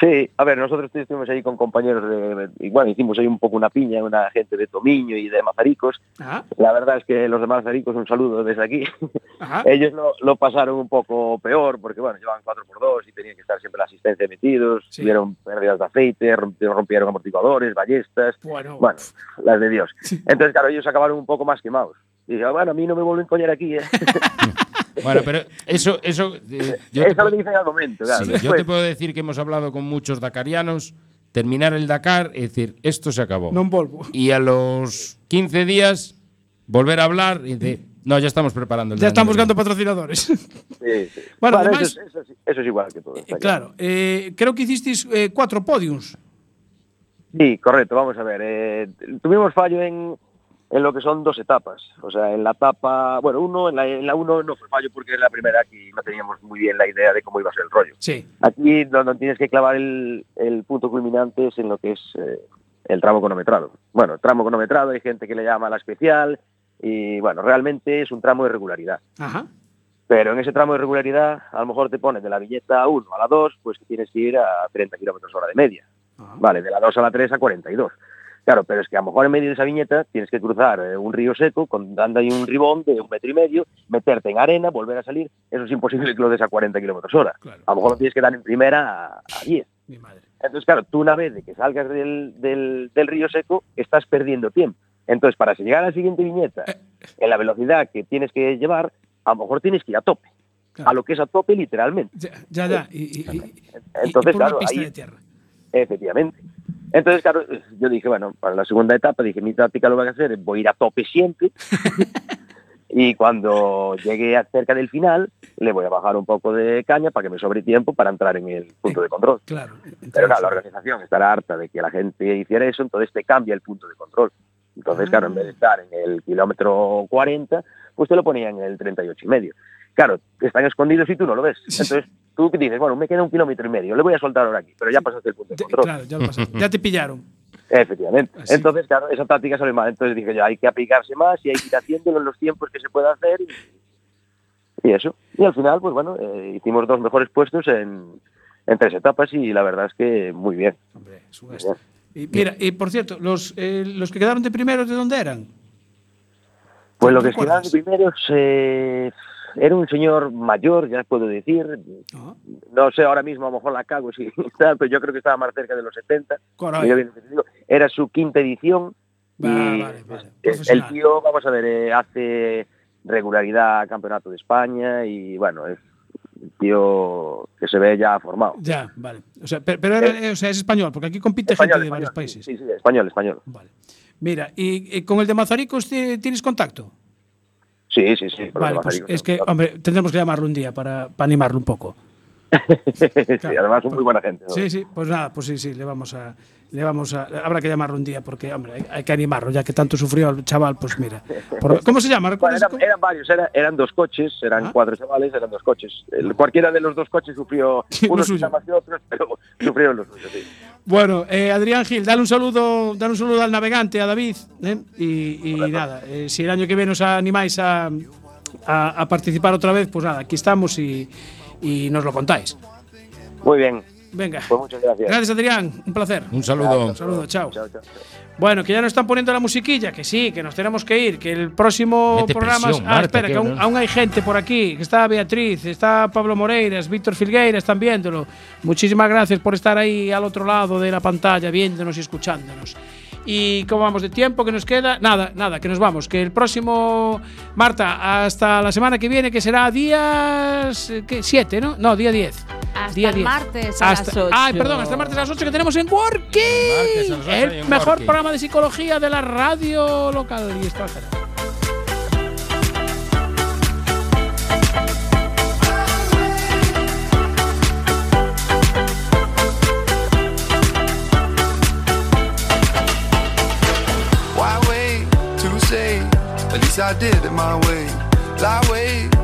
[SPEAKER 9] Sí, a ver, nosotros estuvimos ahí con compañeros de, y bueno, hicimos ahí un poco una piña, una gente de Tomiño y de Mazaricos. La verdad es que los de Mazaricos, un saludo desde aquí.
[SPEAKER 3] Ah.
[SPEAKER 9] Ellos lo, lo pasaron un poco peor porque, bueno, llevaban 4x2 y tenían que estar siempre la asistencia metidos, tuvieron pérdidas de aceite, rompieron, rompieron amortiguadores, ballestas,
[SPEAKER 2] Bueno,
[SPEAKER 9] las de Dios. Entonces, claro, ellos acabaron un poco más quemados. Y yo, bueno, a mí no me vuelven a encoñar aquí, ¿eh?
[SPEAKER 3] Bueno, pero eso, eso, eh, yo, te
[SPEAKER 9] Eso lo
[SPEAKER 3] puedo,
[SPEAKER 9] dicen al momento, claro.
[SPEAKER 3] sí, yo
[SPEAKER 9] Después-
[SPEAKER 3] te puedo decir que hemos hablado con muchos dakarianos, terminar el Dakar y decir, esto se acabó.
[SPEAKER 2] Non volvo.
[SPEAKER 3] Y a los 15 días, volver a hablar y decir, no, ya estamos preparando el
[SPEAKER 2] Ya
[SPEAKER 3] del
[SPEAKER 2] están
[SPEAKER 3] año que
[SPEAKER 2] buscando patrocinadores.
[SPEAKER 9] Sí, sí.
[SPEAKER 2] Bueno,
[SPEAKER 9] Vale,
[SPEAKER 2] además-
[SPEAKER 9] eso, es- eso es- eso es igual que todo. está
[SPEAKER 2] claro, eh, creo que hicisteis eh, cuatro podiums.
[SPEAKER 9] Sí, correcto, vamos a ver. eh, tuvimos fallo en, en lo que son dos etapas. O sea, en la etapa, bueno, uno, en la, en la uno no fue fallo porque es la primera que no teníamos muy bien la idea de cómo iba a ser el rollo.
[SPEAKER 2] Sí.
[SPEAKER 9] Aquí donde tienes que clavar el, el punto culminante es en lo que es eh, el tramo cronometrado. Bueno, el tramo cronometrado hay gente que le llama la especial y bueno, realmente es un tramo de regularidad.
[SPEAKER 2] Ajá.
[SPEAKER 9] Pero en ese tramo de regularidad a lo mejor te pones de la billeta 1 a la 2, pues que tienes que ir a 30 kilómetros hora de media.
[SPEAKER 2] Ah,
[SPEAKER 9] Vale, de la 2 a la 3 a 42. Claro, pero es que a lo mejor en medio de esa viñeta tienes que cruzar eh, un río seco, con, dando ahí un ribón de un metro y medio, meterte en arena, volver a salir. Eso es imposible que lo des a 40 kilómetros hora. A lo mejor lo tienes que dar en primera a, a 10. Entonces, claro, tú una vez de que salgas del, del- del río seco, estás perdiendo tiempo. Entonces, para llegar a la siguiente viñeta, en la velocidad que tienes que llevar, a lo mejor tienes que ir a tope. A lo que es a tope literalmente.
[SPEAKER 2] Ya, ya. Y, y- y-
[SPEAKER 9] Entonces,
[SPEAKER 2] por una
[SPEAKER 9] claro,
[SPEAKER 2] pista
[SPEAKER 9] ahí-
[SPEAKER 2] de tierra.
[SPEAKER 9] Efectivamente. Entonces, claro, yo dije, bueno, para la segunda etapa, dije, mi táctica lo van a hacer, voy a ir a tope siempre. y cuando llegue a- cerca del final, le voy a bajar un poco de caña para que me sobre tiempo para entrar en el punto de control.
[SPEAKER 2] Claro.
[SPEAKER 9] Pero claro, la organización estará harta de que la gente hiciera eso, entonces te cambia el punto de control. Entonces, claro, en vez de estar en el kilómetro 40, pues te lo ponían en el 38 y medio. Claro, están escondidos y tú no lo ves. Entonces, tú dices, bueno, me queda un kilómetro y medio, le voy a soltar ahora aquí, pero ya pasaste el punto de control.
[SPEAKER 2] Claro, ya lo pasaste. Ya te pillaron.
[SPEAKER 9] Efectivamente. Entonces, claro, esa táctica sale mal. Entonces dije yo, hay que aplicarse más y hay que ir haciéndolo en los tiempos que se pueda hacer. Y, y eso. Y al final, pues bueno, eh, hicimos dos mejores puestos en, en tres etapas y la verdad es que muy bien. Muy bien.
[SPEAKER 2] Y mira, y por cierto, los, eh, los que quedaron de primeros, ¿de dónde eran?
[SPEAKER 9] Pues lo que
[SPEAKER 2] ¿Te acuerdas?
[SPEAKER 9] quedaban primeros eh, era un señor mayor, ya puedo decir. No sé, ahora mismo a lo mejor la cago, si tal, pero yo creo que estaba más cerca de los 70.
[SPEAKER 2] Caray.
[SPEAKER 9] Yo bien entendido. Era su quinta edición.
[SPEAKER 2] Va,
[SPEAKER 9] y
[SPEAKER 2] vale,
[SPEAKER 9] eh, el tío, vamos a ver, eh, hace regularidad campeonato de España y bueno, es un tío que se ve ya formado.
[SPEAKER 2] Ya, vale. O sea, pe- pero, era- eh, o sea, es español, porque aquí compite gente de varios países.
[SPEAKER 9] Sí, sí, español, español.
[SPEAKER 2] Mira, ¿y eh, con el de Mazaricos ti- tienes contacto?
[SPEAKER 9] Sí, sí, sí. por lo
[SPEAKER 2] Vale,
[SPEAKER 9] demás,
[SPEAKER 2] pues
[SPEAKER 9] ahí-
[SPEAKER 2] es que, hombre, tendremos que llamarlo un día para, para animarlo un poco.
[SPEAKER 9] sí, además son muy buena gente. ¿no?
[SPEAKER 2] Sí, sí, pues nada, pues sí, sí, le vamos a. Le vamos a habrá que llamarlo un día porque, hombre, hay, hay que animarlo, ya que tanto sufrió el chaval, pues mira. Por- ¿Cómo se llama?
[SPEAKER 9] Bueno, eran, eran varios, era- eran dos coches, eran
[SPEAKER 2] Ah.
[SPEAKER 9] cuatro chavales, eran dos coches. El- cualquiera de los dos coches sufrió
[SPEAKER 2] lo
[SPEAKER 9] unos
[SPEAKER 2] suyo.
[SPEAKER 9] más que otros, pero sufrieron los suyos. sí.
[SPEAKER 2] Bueno, eh, Adrián Gil, dale un saludo, dale un saludo al navegante, a David, ¿eh? y, y nada, eh, si el año que viene os animáis a, a- a participar otra vez, pues nada, aquí estamos y, y nos lo contáis.
[SPEAKER 9] Muy bien.
[SPEAKER 2] Venga.
[SPEAKER 9] Pues muchas gracias.
[SPEAKER 2] Gracias Adrián, un placer.
[SPEAKER 3] Un saludo.
[SPEAKER 2] Un saludo, chao. Bueno, que ya nos están poniendo la musiquilla, que sí, que nos tenemos que ir, que el próximo
[SPEAKER 3] Mete
[SPEAKER 2] programa...
[SPEAKER 3] presión,
[SPEAKER 2] ah,
[SPEAKER 3] Marta,
[SPEAKER 2] espera,
[SPEAKER 3] qué
[SPEAKER 2] que aún,
[SPEAKER 3] horror.
[SPEAKER 2] aún hay gente por aquí, que está Beatriz, está Pablo Moreiras, Víctor Filgueira, están viéndolo. Muchísimas gracias por estar ahí al otro lado de la pantalla, viéndonos y escuchándonos. Y cómo vamos de tiempo que nos queda, nada, nada, que nos vamos. Que el próximo, Marta, hasta la semana que viene, que será día 7, ¿no? No, día 10.
[SPEAKER 4] Hasta
[SPEAKER 2] Día
[SPEAKER 4] el
[SPEAKER 2] 10.
[SPEAKER 4] martes a las ocho.
[SPEAKER 2] Ay, perdón, hasta el martes a las 8 que tenemos en Working.
[SPEAKER 4] hay
[SPEAKER 2] El
[SPEAKER 4] un
[SPEAKER 2] mejor
[SPEAKER 4] Working.
[SPEAKER 2] programa de psicología de la radio local y extranjera.
[SPEAKER 1] Why wait to say? At least I did it my way. Lie wait